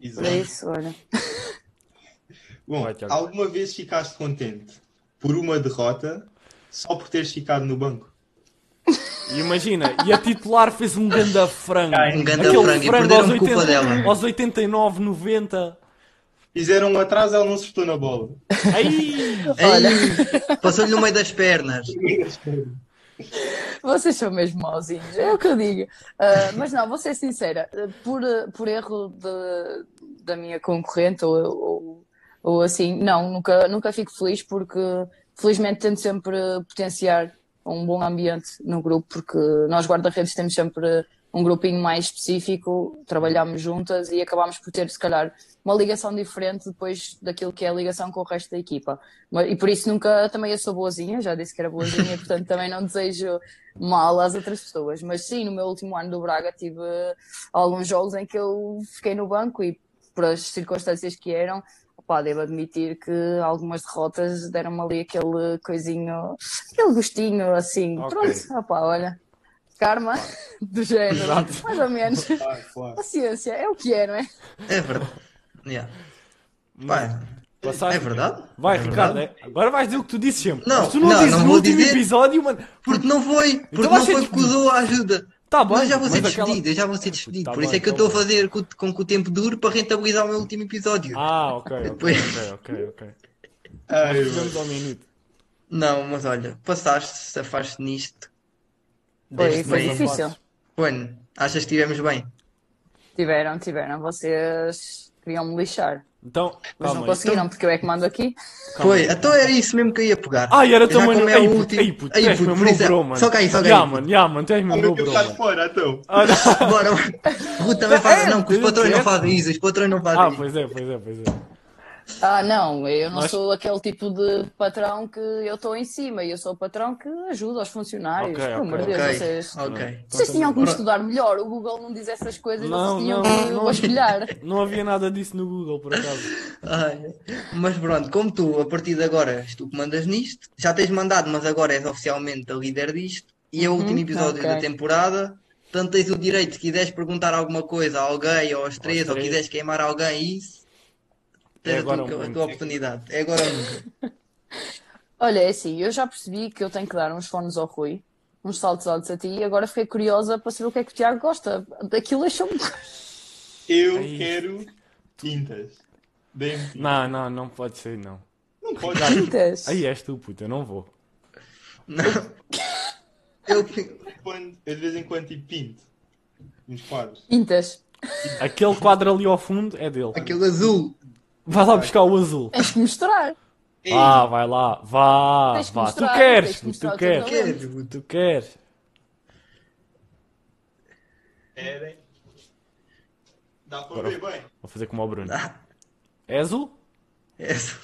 Speaker 4: Exato.
Speaker 5: É isso, olha.
Speaker 4: Bom,
Speaker 3: Vai, Tiago.
Speaker 4: alguma vez ficaste contente por uma derrota só por teres ficado no banco?
Speaker 3: E imagina, e a titular fez um ganda frango.
Speaker 2: Um ganda
Speaker 3: Aquele
Speaker 2: frango e
Speaker 3: frango aos,
Speaker 2: perderam culpa
Speaker 3: 80
Speaker 2: dela.
Speaker 3: aos 89, 90.
Speaker 4: Fizeram um atraso, ela não se espetou na bola.
Speaker 3: Aí!
Speaker 5: Olha.
Speaker 2: Ei, Passou-lhe no meio das pernas.
Speaker 5: Vocês são mesmo mauzinhos, é o que eu digo. Ah, mas não, vou ser sincera, ah, por, ah, por erro de- da minha concorrente ou, ou, ou assim, não, nunca, nunca fico feliz porque felizmente tento sempre potenciar um bom ambiente no grupo, porque nós guarda-redes temos sempre um grupinho mais específico, trabalhamos juntas e acabamos por ter, se calhar, uma ligação diferente depois daquilo que é a ligação com o resto da equipa. Mas- E por isso nunca também eu sou boazinha, já disse que era boazinha, portanto também não desejo mal às outras pessoas. Mas sim, no meu último ano do Braga tive alguns jogos em que eu fiquei no banco e por as circunstâncias que eram, opá, devo admitir que algumas derrotas deram-me ali aquele coisinho, aquele gostinho assim.
Speaker 3: Ok.
Speaker 5: Pronto, opá, olha. karma do género.
Speaker 3: Exato.
Speaker 5: Mais ou menos.
Speaker 4: Claro, claro.
Speaker 5: Paciência, é o que é, não é?
Speaker 2: É verdade. Yeah. Vai.
Speaker 3: Passaste-
Speaker 2: É verdade?
Speaker 3: Vai,
Speaker 2: É
Speaker 3: Ricardo,
Speaker 2: verdade.
Speaker 3: é- agora vais dizer o que tu dizes sempre.
Speaker 2: Não,
Speaker 3: Mas tu não,
Speaker 2: não,
Speaker 3: dizes
Speaker 2: não
Speaker 3: no
Speaker 2: vou
Speaker 3: último
Speaker 2: dizer.
Speaker 3: episódio, mano.
Speaker 2: Porque não foi. Porque
Speaker 3: é. Então vai
Speaker 2: não
Speaker 3: ser
Speaker 2: foi porque usou a ajuda.
Speaker 3: Tá
Speaker 2: Mas
Speaker 3: bem.
Speaker 2: eu já vou ser
Speaker 3: mas aquela-
Speaker 2: despedido, eu já vou ser despedido.
Speaker 3: Tá
Speaker 2: Por
Speaker 3: bem,
Speaker 2: isso é que eu
Speaker 3: então
Speaker 2: estou a fazer com, com que o tempo dure para rentabilizar o meu último episódio.
Speaker 3: Ah, ok, ok,
Speaker 2: Depois-
Speaker 3: ok, ok, ok.
Speaker 4: Ai,
Speaker 3: Chegamos ao minuto.
Speaker 2: Não, mas olha, passaste, safaste nisto.
Speaker 5: Foi,
Speaker 2: Deste
Speaker 5: foi
Speaker 2: bem.
Speaker 5: difícil.
Speaker 2: Bueno, achas que estivemos bem?
Speaker 5: Tiveram, tiveram. Vocês queriam me lixar.
Speaker 3: Então,
Speaker 5: Mas
Speaker 3: calma
Speaker 5: não
Speaker 3: aí.
Speaker 5: conseguiram, porque eu é que mando aqui.
Speaker 2: Foi, então era isso mesmo que eu ia pegar.
Speaker 3: Ah, e era
Speaker 2: Já
Speaker 3: também
Speaker 2: como
Speaker 3: no.
Speaker 2: é o
Speaker 3: Ei, puto,
Speaker 2: último.
Speaker 3: ei, puto,
Speaker 2: Ei,
Speaker 3: tu és
Speaker 2: puto,
Speaker 3: mesmo
Speaker 2: por
Speaker 3: meu
Speaker 2: isso é-
Speaker 3: bro, mano.
Speaker 2: Só cai, só cai.
Speaker 3: Já, mano, já, mano, tu és mesmo meu
Speaker 4: eu
Speaker 3: bro,
Speaker 4: saio
Speaker 3: mano.
Speaker 4: fora, então.
Speaker 3: Ah, não.
Speaker 2: Bora, bora. Ruth também faz. Não, que os
Speaker 3: é,
Speaker 2: patrões não
Speaker 3: é.
Speaker 2: fazem isso, os patrões não fazem
Speaker 3: Ah,
Speaker 2: isso.
Speaker 3: pois é, pois é, pois é.
Speaker 5: Ah, não, eu não
Speaker 3: Nós-
Speaker 5: sou aquele tipo de patrão que eu estou em cima, eu sou o patrão que ajuda os funcionários.
Speaker 3: Ok,
Speaker 5: Pelo amor de
Speaker 3: ok.
Speaker 5: Deus, vocês,
Speaker 2: Ok, ok.
Speaker 5: vocês tinham que me
Speaker 2: Ora-
Speaker 5: estudar melhor. O Google não diz essas coisas,
Speaker 3: Não,
Speaker 5: vocês
Speaker 3: não,
Speaker 5: tinham que
Speaker 3: não.
Speaker 5: vasculhar.
Speaker 3: Não havia nada disso no Google, por acaso.
Speaker 2: Ai, mas pronto, como tu, a partir de agora, és tu que mandas nisto, já tens mandado, mas agora és oficialmente a líder disto, e é o último
Speaker 5: Uhum,
Speaker 2: episódio
Speaker 5: ok.
Speaker 2: da temporada. Portanto, tens o direito, se quiseres perguntar alguma coisa a alguém, ou aos três, ou
Speaker 3: três.
Speaker 2: quiseres queimar alguém, isso, tens
Speaker 3: É
Speaker 2: a,
Speaker 3: agora
Speaker 2: tua,
Speaker 3: ou
Speaker 2: a
Speaker 3: nunca.
Speaker 2: tua oportunidade. É agora ou nunca.
Speaker 5: Olha, é assim, eu já percebi que eu tenho que dar uns fones ao Rui, uns saltos altos a ti, e agora fiquei curiosa para saber o que é que o Tiago gosta. Daquilo deixou-me.
Speaker 4: Eu
Speaker 3: Ai.
Speaker 4: quero tintas. Dê-me tintas.
Speaker 3: Não, não, não pode ser, não.
Speaker 4: Não pode.
Speaker 5: Tintas.
Speaker 3: Aí és tu, puto, eu não vou.
Speaker 2: Não. Eu,
Speaker 4: Quando- Eu de vez em quando tipo, pinto. Nos quadros.
Speaker 5: Tintas.
Speaker 3: Aquele quadro ali ao fundo é dele.
Speaker 2: aquele azul.
Speaker 3: Vai lá buscar o azul.
Speaker 5: Tens que mostrar.
Speaker 4: Ei,
Speaker 3: Ah, vai lá, vá,
Speaker 5: Tens que
Speaker 3: vá.
Speaker 5: mostrar,
Speaker 3: tu queres,
Speaker 5: tens que
Speaker 3: puto,
Speaker 5: mostrar
Speaker 3: tu
Speaker 5: o teu
Speaker 3: queres,
Speaker 2: Quero,
Speaker 3: tu queres.
Speaker 4: Esperem. Dá para
Speaker 3: Bora.
Speaker 4: ver bem.
Speaker 3: Vou fazer como ao Bruno.
Speaker 2: Ah.
Speaker 3: É azul?
Speaker 2: É azul.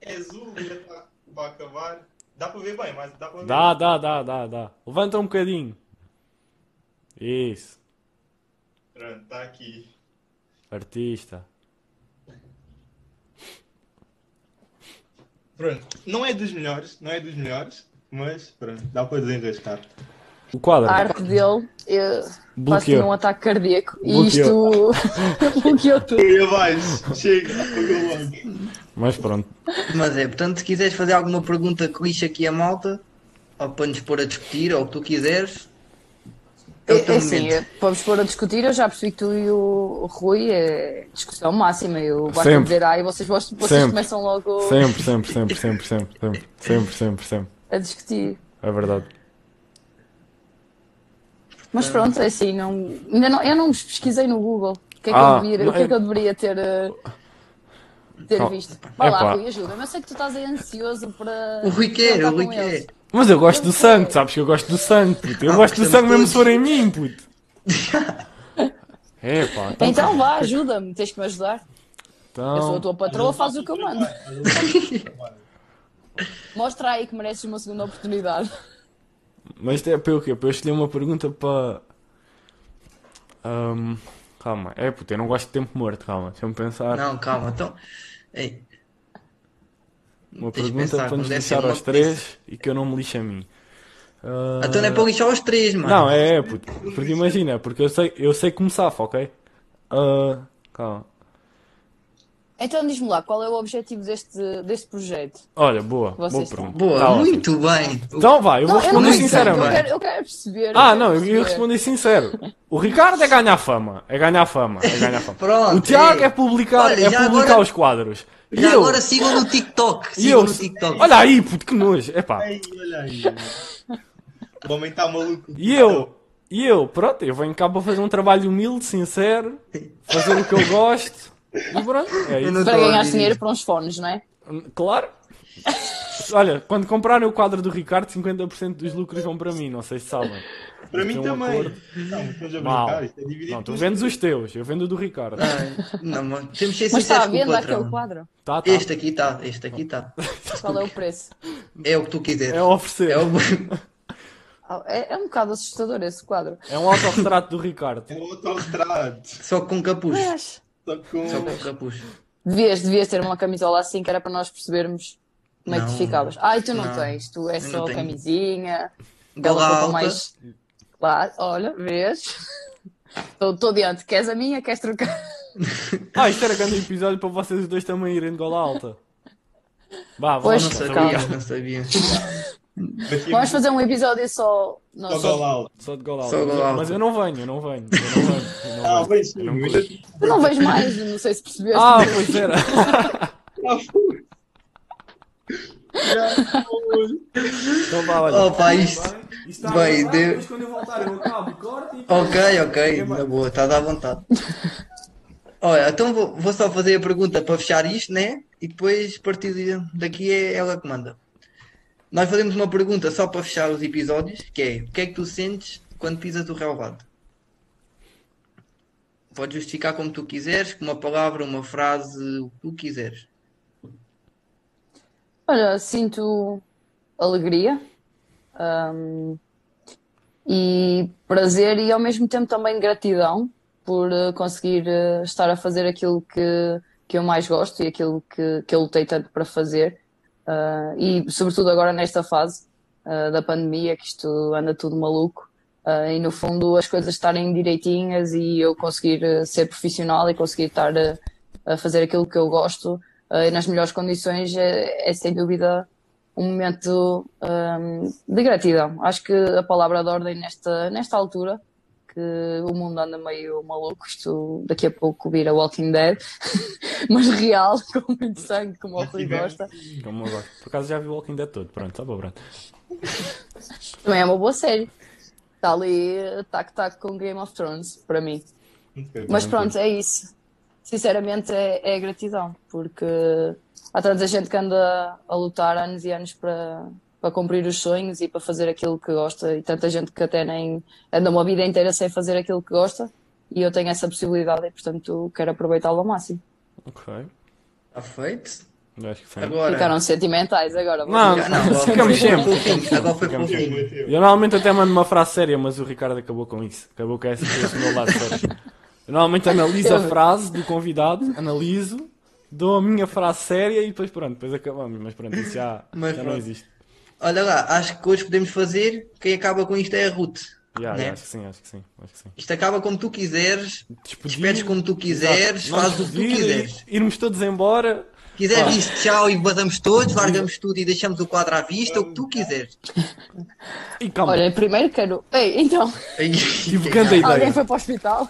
Speaker 4: É azul, já está para acabar. Dá para ver bem, mas dá para ver.
Speaker 3: Dá, dá, dá, dá, dá. Levanta um bocadinho. Isso,
Speaker 4: Pronto, está aqui.
Speaker 3: artista.
Speaker 4: Pronto. Não é dos melhores, não é dos melhores, mas pronto, dá para desenrascar.
Speaker 3: O quadro.
Speaker 5: A arte dele, eu faço
Speaker 3: Tá. Bloqueou.
Speaker 5: um ataque cardíaco e
Speaker 3: Bloqueou.
Speaker 5: isto bloqueou tudo.
Speaker 4: E abaixo, chega, chega logo.
Speaker 3: Mas pronto.
Speaker 2: Mas é, portanto, se quiseres fazer alguma pergunta que lixe aqui à malta, ou para nos pôr a discutir, ou o que tu quiseres, é o
Speaker 5: É,
Speaker 2: teu
Speaker 5: é
Speaker 2: momento.
Speaker 5: assim, vamos pôr a discutir, eu já percebi que tu e o Rui é discussão máxima. Eu gosto
Speaker 3: Sempre.
Speaker 5: de dizer ai, vocês, vocês
Speaker 3: Sempre.
Speaker 5: começam logo
Speaker 3: Sempre, sempre, sempre, sempre, sempre, sempre, sempre, sempre, sempre.
Speaker 5: a discutir.
Speaker 3: É verdade.
Speaker 5: Mas pronto, é assim, não, ainda não, eu não os pesquisei no Google. O que é que,
Speaker 3: Ah,
Speaker 5: eu, devia, o que, é que eu deveria ter, eh, ter
Speaker 3: Não.
Speaker 5: visto? Vai lá,
Speaker 3: Epá.
Speaker 5: Rui, ajuda-me. Eu sei que tu estás aí ansioso para.
Speaker 2: O Rui quer,
Speaker 5: para
Speaker 2: o Rui
Speaker 5: com
Speaker 2: quer.
Speaker 5: eles.
Speaker 3: Mas eu gosto do sangue, sabes que eu gosto do sangue, puto. Eu
Speaker 2: Ah,
Speaker 3: gosto do
Speaker 2: gostamos
Speaker 3: sangue mesmo
Speaker 2: todos.
Speaker 3: se for em mim, puto. É pá, então,
Speaker 5: Então vá, ajuda-me, tens que me ajudar. Eu sou a
Speaker 3: então,
Speaker 5: tua patroa, faz o que eu mando. Mostra aí que mereces uma segunda oportunidade.
Speaker 3: Mas isto é para eu quê? Para eu escolher uma pergunta para. Ahm, calma, é puto, eu não gosto de tempo morto, calma. Deixa-me pensar.
Speaker 2: Não, calma, então. Ei,
Speaker 3: Uma
Speaker 2: Tens de
Speaker 3: pergunta
Speaker 2: pensar,
Speaker 3: para nos
Speaker 2: não deve ser
Speaker 3: lixar
Speaker 2: uma
Speaker 3: aos três e que eu não me lixe a mim. Ah,
Speaker 2: então não é para lixar os três, mano.
Speaker 3: Não, é, é, puto. Porque imagina, porque eu sei, eu sei começar, ok? Ah, calma.
Speaker 5: Então diz-me lá, qual é o objetivo deste, deste projeto?
Speaker 3: Olha, boa,
Speaker 5: Vocês
Speaker 3: boa
Speaker 5: estão-
Speaker 3: pergunta.
Speaker 2: Boa,
Speaker 3: Tá ótimo.
Speaker 2: muito bem.
Speaker 3: Então vá, eu vou
Speaker 5: eu
Speaker 3: responder
Speaker 2: sei,
Speaker 5: Eu
Speaker 3: sinceramente.
Speaker 5: quero, eu quero perceber.
Speaker 3: Ah,
Speaker 5: quero
Speaker 3: não, eu ia
Speaker 5: perceber.
Speaker 3: responder sincero. O Ricardo é ganhar fama. É ganhar fama. É ganhar fama.
Speaker 2: Pronto,
Speaker 3: o Tiago
Speaker 2: ei.
Speaker 3: é publicar,
Speaker 2: Olha,
Speaker 3: é
Speaker 2: já
Speaker 3: publicar
Speaker 2: agora-
Speaker 3: os quadros. E
Speaker 2: Já
Speaker 3: eu,
Speaker 2: agora sigam no TikTok.
Speaker 3: e
Speaker 2: Sigam
Speaker 3: eu.
Speaker 2: no TikTok.
Speaker 3: Olha aí, puto, que nojo. Epá.
Speaker 4: Ei, olha aí. O homem está maluco.
Speaker 3: E eu, e eu, pronto, eu venho cá para fazer um trabalho humilde, sincero, fazer o que eu gosto. E pronto, é
Speaker 2: Eu
Speaker 3: isso.
Speaker 2: não estou
Speaker 5: Para
Speaker 2: a
Speaker 5: ganhar
Speaker 2: ouvir
Speaker 5: dinheiro
Speaker 2: isto.
Speaker 5: para uns fones, não é?
Speaker 3: Claro. Olha, quando comprarem o quadro do Ricardo, 50% dos lucros vão para mim, não sei se sabem.
Speaker 4: Para mim
Speaker 3: Tem um
Speaker 4: também.
Speaker 3: acordo.
Speaker 4: Não, mas estamos a
Speaker 3: Mal.
Speaker 4: brincar, isto é dividido.
Speaker 3: Não, tu
Speaker 4: por-
Speaker 3: vendes os teus, eu vendo o do Ricardo.
Speaker 2: Ai, não, mano. Temos que ser
Speaker 5: Mas está
Speaker 2: sinceros
Speaker 5: à
Speaker 2: com o
Speaker 5: venda aquele
Speaker 2: patrão.
Speaker 5: quadro?
Speaker 3: Tá, tá.
Speaker 2: Este aqui está, este aqui está.
Speaker 5: Qual é o preço?
Speaker 2: É o que tu quiseres.
Speaker 3: É oferecer.
Speaker 2: É o...
Speaker 5: Ah, É, é um bocado assustador esse quadro.
Speaker 3: É um autorretrato do Ricardo.
Speaker 4: É um autorretrato.
Speaker 2: Só com capuz.
Speaker 5: Mas
Speaker 4: Só com.
Speaker 2: Só com capuz.
Speaker 5: devias, devias ter uma camisola assim que era para nós percebermos como é que tu
Speaker 2: Não.
Speaker 5: ficavas. Ah, e tu não,
Speaker 2: Não.
Speaker 5: tens, tu é
Speaker 2: não
Speaker 5: só
Speaker 2: tenho.
Speaker 5: camisinha.
Speaker 2: Gola
Speaker 5: roupa
Speaker 2: alta.
Speaker 5: mais. Claro, olha, vês? Estou estou diante. Queres a minha? Queres trocar?
Speaker 3: Ah, isto era grande episódio para vocês os dois também irem de gola alta. Vá, vá,
Speaker 5: Pois,
Speaker 2: Não
Speaker 5: Mas, tá
Speaker 2: sabia,
Speaker 5: calma.
Speaker 2: não sabia.
Speaker 4: Batia
Speaker 5: Vamos fazer um episódio só. Não,
Speaker 4: só
Speaker 5: só-
Speaker 4: gola alta.
Speaker 3: Só de gola
Speaker 2: Só
Speaker 3: alta.
Speaker 2: de gola
Speaker 3: Mas
Speaker 2: alta.
Speaker 3: eu não venho, eu não venho. Eu não venho. Eu
Speaker 4: Ah,
Speaker 3: não venho.
Speaker 4: bem, sim,
Speaker 3: Eu não
Speaker 4: mas-
Speaker 3: curto.
Speaker 5: Eu não vejo mais, não sei se percebeste.
Speaker 3: Ah, pois era. Então vá, olha.
Speaker 2: Opa, isto.
Speaker 3: Isto está
Speaker 2: Ah, Bem,
Speaker 3: a gravar,
Speaker 2: deu- Ah.
Speaker 3: depois quando eu voltar eu acabo, corte e...
Speaker 2: Ok, ok, na boa, estás à vontade. Olha, então vou, vou só fazer a pergunta para fechar isto, né? E depois, a partir de- daqui, é ela que manda. Nós fazemos uma pergunta só para fechar os episódios, que é, o que é que tu sentes quando pisas o relvado? Podes justificar como tu quiseres, com uma palavra, uma frase, o que tu quiseres.
Speaker 5: Olha, sinto alegria, hum, e prazer e ao mesmo tempo também gratidão por eh, conseguir eh, estar a fazer aquilo que, que eu mais gosto e aquilo que, que eu lutei tanto para fazer. Ah, e sobretudo agora nesta fase ah, da pandemia, que isto anda tudo maluco. Ah, e no fundo as coisas estarem direitinhas e eu conseguir eh, ser profissional e conseguir estar eh, a fazer aquilo que eu gosto ah, e nas melhores condições é, é sem dúvida um momento hum, de gratidão. Acho que a palavra de ordem nesta, nesta altura, que o mundo anda meio maluco, isto daqui a pouco vira Walking Dead, mas real, com muito sangue, como o Rui gosta.
Speaker 3: Como eu gosto. Por acaso já vi o Walking Dead todo. Pronto, tá bom, pronto.
Speaker 5: Também é uma boa série. Está ali eh, tac-tac com Game of Thrones, para mim. Mas
Speaker 3: Uhum.
Speaker 5: pronto, é isso. Sinceramente, é, é gratidão, porque há tanta gente que anda a lutar anos e anos para, para cumprir os sonhos e para fazer aquilo que gosta, e tanta gente que até nem anda uma vida inteira sem fazer aquilo que gosta, e eu tenho essa possibilidade e, portanto, quero aproveitá-lo ao máximo.
Speaker 3: Ok.
Speaker 2: Está feito?
Speaker 3: Eu acho que foi. um
Speaker 2: Agora...
Speaker 5: Ficaram sentimentais agora.
Speaker 3: Não,
Speaker 5: vocês.
Speaker 2: Já não, agora
Speaker 3: Ficamos
Speaker 2: foi
Speaker 3: sempre.
Speaker 2: fofinho, agora foi
Speaker 3: Ficamos
Speaker 2: fofinho.
Speaker 3: Eu normalmente até mando uma frase séria, mas o Ricardo acabou com isso. Acabou com essa esse meu lado sério. Eu normalmente analiso a frase do convidado, analiso, dou a minha frase séria e depois pronto, depois acabamos. Mas pronto, isso já,
Speaker 2: Mas
Speaker 3: já não
Speaker 2: pronto.
Speaker 3: existe.
Speaker 2: Olha lá, acho que hoje podemos fazer, quem acaba com isto é a Ruth,
Speaker 3: Já,
Speaker 2: né?
Speaker 3: já, acho que sim, acho que sim. Acho que sim.
Speaker 2: Isto acaba como tu quiseres,
Speaker 3: Despedir,
Speaker 2: despedes como tu quiseres,
Speaker 3: Nós
Speaker 2: fazes o que tu
Speaker 3: despedir,
Speaker 2: quiseres.
Speaker 3: ir- irmos todos embora.
Speaker 2: Quiseres
Speaker 3: Ah.
Speaker 2: isso, tchau, e vazamos todos, largamos tudo e deixamos o quadro à vista, o que tu quiseres.
Speaker 3: E calma,
Speaker 5: Olha, primeiro quero. Ei, então,
Speaker 3: tive grande ideia.
Speaker 5: alguém foi para o hospital?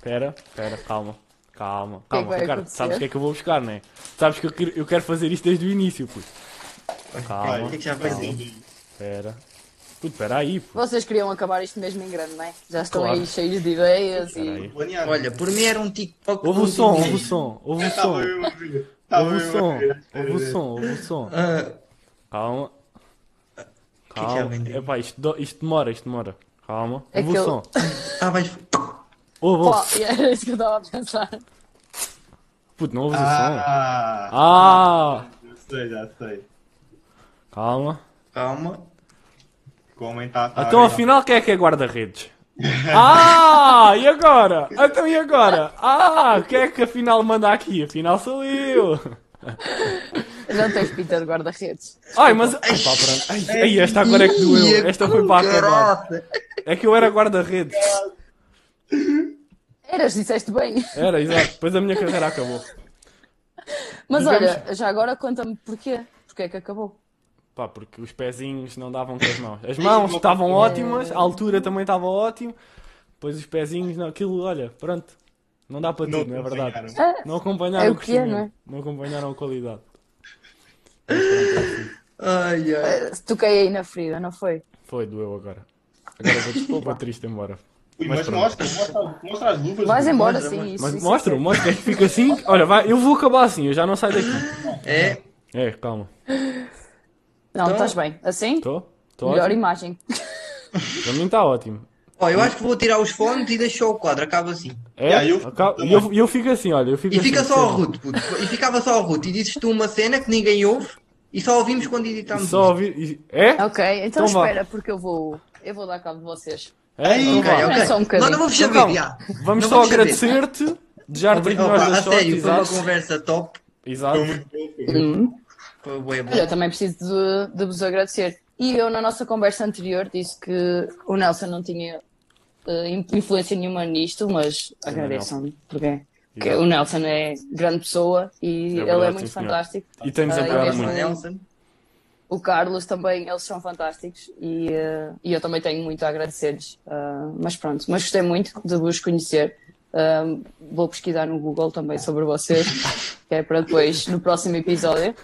Speaker 3: Pera, pera, calma. Calma,
Speaker 5: que é que
Speaker 3: calma,
Speaker 5: vai
Speaker 3: Ricardo,
Speaker 5: acontecer?
Speaker 3: sabes o que é que eu vou buscar, não é? Sabes que eu quero, eu quero fazer isto desde o início, puto.
Speaker 4: Vai,
Speaker 3: Calma,
Speaker 2: O que é que já vai
Speaker 3: calma, pera. Puto, pera aí, puto.
Speaker 5: Vocês queriam acabar isto mesmo em grande, não é? Já estão
Speaker 3: Claro.
Speaker 5: aí cheios de ideias
Speaker 3: Pera
Speaker 5: e.
Speaker 3: aí.
Speaker 4: Planeado.
Speaker 2: Olha, por mim era um TikTok.
Speaker 3: Ouve o
Speaker 2: com
Speaker 3: som,
Speaker 2: um
Speaker 3: ouve o
Speaker 2: vídeo.
Speaker 3: som, ouve o
Speaker 4: Estava
Speaker 3: som.
Speaker 4: mesmo a ver. Estava
Speaker 3: Ouve o
Speaker 4: mesmo
Speaker 3: som,
Speaker 4: a ver.
Speaker 3: ouve o som, ouve o som.
Speaker 2: Ah,
Speaker 3: Calma.
Speaker 2: que é que
Speaker 3: Calma.
Speaker 2: alguém diz?
Speaker 3: Epá, isto, do- isto demora, isto demora. Calma.
Speaker 5: É
Speaker 3: Ouve
Speaker 5: que
Speaker 3: o
Speaker 5: eu-
Speaker 3: som.
Speaker 2: ah, vais.
Speaker 3: Ouve,
Speaker 5: Pô,
Speaker 3: ouve.
Speaker 5: era isso que eu estava a pensar.
Speaker 3: Puto, não ouves o som.
Speaker 4: Ah,
Speaker 3: Ah!
Speaker 4: já sei, já sei.
Speaker 3: Calma.
Speaker 2: Calma.
Speaker 4: Como está a
Speaker 3: Então afinal quem é que é guarda-redes? Ah, e agora? Então e agora? Ah, quem é que afinal manda aqui? Afinal sou eu.
Speaker 5: Não tens pinta de guarda-redes.
Speaker 3: Ai, mas... Ah, pá, pronto. Ai, ai, esta agora é que doeu. Esta foi para acabar.
Speaker 2: Caraca.
Speaker 3: É que eu era guarda-redes.
Speaker 5: Eras, disseste bem.
Speaker 3: Era, exato. Depois a minha carreira acabou.
Speaker 5: Mas
Speaker 3: Digamos-
Speaker 5: olha, já agora conta-me porquê. Porquê é que acabou?
Speaker 3: Pá, porque os pezinhos não davam com as mãos. As mãos estavam ótimas, a altura também estava ótimo. Depois os pezinhos, não, aquilo, olha, pronto. Não dá para tudo, não é verdade?
Speaker 4: acompanharam.
Speaker 3: Não acompanharam
Speaker 5: É
Speaker 3: o
Speaker 5: o que é,
Speaker 3: crescimento,
Speaker 5: não é?
Speaker 3: não acompanharam a qualidade.
Speaker 2: Ai, ai.
Speaker 5: Eh, Toquei aí na ferida, não foi?
Speaker 3: Foi, doeu agora. Agora vou desculpa triste embora.
Speaker 4: Ui, Mas
Speaker 3: pronto.
Speaker 4: mostra, mostra, mostra as luvas.
Speaker 5: Vais
Speaker 4: mano.
Speaker 5: embora,
Speaker 2: mostra,
Speaker 5: sim.
Speaker 2: mostra.
Speaker 5: Isso,
Speaker 3: Mas
Speaker 5: isso,
Speaker 3: mostra,
Speaker 5: isso.
Speaker 3: mostra, é que fica assim. Olha, vai, eu vou acabar assim, eu já não saio daqui.
Speaker 2: É,
Speaker 3: É, calma.
Speaker 5: Não,
Speaker 2: Então-
Speaker 5: estás bem. Assim?
Speaker 3: Estou? Estou
Speaker 5: Melhor
Speaker 3: ótimo.
Speaker 5: imagem.
Speaker 3: Para mim está ótimo.
Speaker 2: ó, eu acho que vou tirar os fones e deixo só o quadro, acaba assim.
Speaker 3: É,
Speaker 4: Yeah, eu-
Speaker 3: aca- e eu, e eu fico assim, olha, eu fico
Speaker 2: E fica
Speaker 3: assim,
Speaker 2: só o
Speaker 3: sim.
Speaker 2: Ruth, puto. E ficava só o Ruth. E dizes tu uma cena que ninguém ouve e só ouvimos quando editamos.
Speaker 3: Só
Speaker 2: isto.
Speaker 3: ouvir. e- É?
Speaker 5: Ok,
Speaker 3: Então
Speaker 5: então,
Speaker 3: vá.
Speaker 5: espera, porque eu vou. Eu vou dar cabo de vocês.
Speaker 3: É? Então
Speaker 2: Ok,
Speaker 3: vá.
Speaker 5: É
Speaker 2: ok.
Speaker 5: só um
Speaker 2: Nós
Speaker 5: bocadinho.
Speaker 2: não vamos
Speaker 3: Então,
Speaker 2: saber, já.
Speaker 3: Vamos
Speaker 2: Não
Speaker 3: só
Speaker 2: saber.
Speaker 3: agradecer-te, desejar-te que nós
Speaker 2: Opa, a
Speaker 3: da sorte,
Speaker 2: Ah, sério, foi uma
Speaker 3: exato.
Speaker 2: conversa top.
Speaker 3: Exato.
Speaker 4: Foi muito bom.
Speaker 5: Hum.
Speaker 2: Foi bué bom.
Speaker 5: Olha, eu também preciso de, de vos agradecer. E E eu, na nossa conversa anterior, disse que o Nelson não tinha eh, in- influência nenhuma nisto, mas
Speaker 3: Sim,
Speaker 5: agradeçam-me, porque é que
Speaker 3: Exato.
Speaker 5: o Nelson é grande pessoa e
Speaker 3: É
Speaker 5: ele é
Speaker 3: verdade,
Speaker 5: muito
Speaker 3: sim, senhor.
Speaker 5: fantástico.
Speaker 3: E tem-nos
Speaker 5: Ah,
Speaker 3: apoiado
Speaker 5: eu-
Speaker 3: muito.
Speaker 2: Nelson.
Speaker 5: O Carlos também, eles são fantásticos e, eh, e eu também tenho muito a agradecer-lhes. Ah, mas pronto, mas gostei muito de vos conhecer. Ah, vou pesquisar no Google também sobre vocês, que é para depois, no próximo episódio,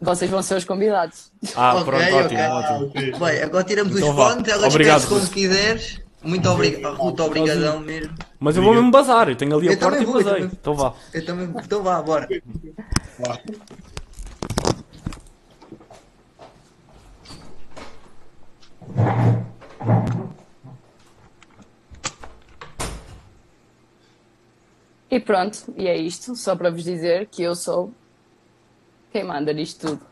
Speaker 5: vocês vão ser os convidados.
Speaker 3: Ah,
Speaker 2: Ok,
Speaker 3: pronto,
Speaker 2: ok.
Speaker 3: ótimo, ótimo.
Speaker 4: Ok.
Speaker 2: Bem, agora tiramos
Speaker 3: Então
Speaker 2: os
Speaker 3: vá.
Speaker 2: fones, agora
Speaker 3: Obrigado,
Speaker 2: esquece como
Speaker 3: Ruth.
Speaker 2: quiseres. Muito obrigado, Ruto, obrigadão mesmo.
Speaker 3: Mas eu vou mesmo bazar, eu tenho ali a
Speaker 2: Eu
Speaker 3: porta
Speaker 2: também
Speaker 3: e
Speaker 2: vou, eu
Speaker 3: basei.
Speaker 2: também.
Speaker 3: Então vá.
Speaker 2: Eu também. Então vá, bora.
Speaker 4: Vá.
Speaker 5: E pronto, e é isto, só para vos dizer que eu sou quem manda nisto tudo.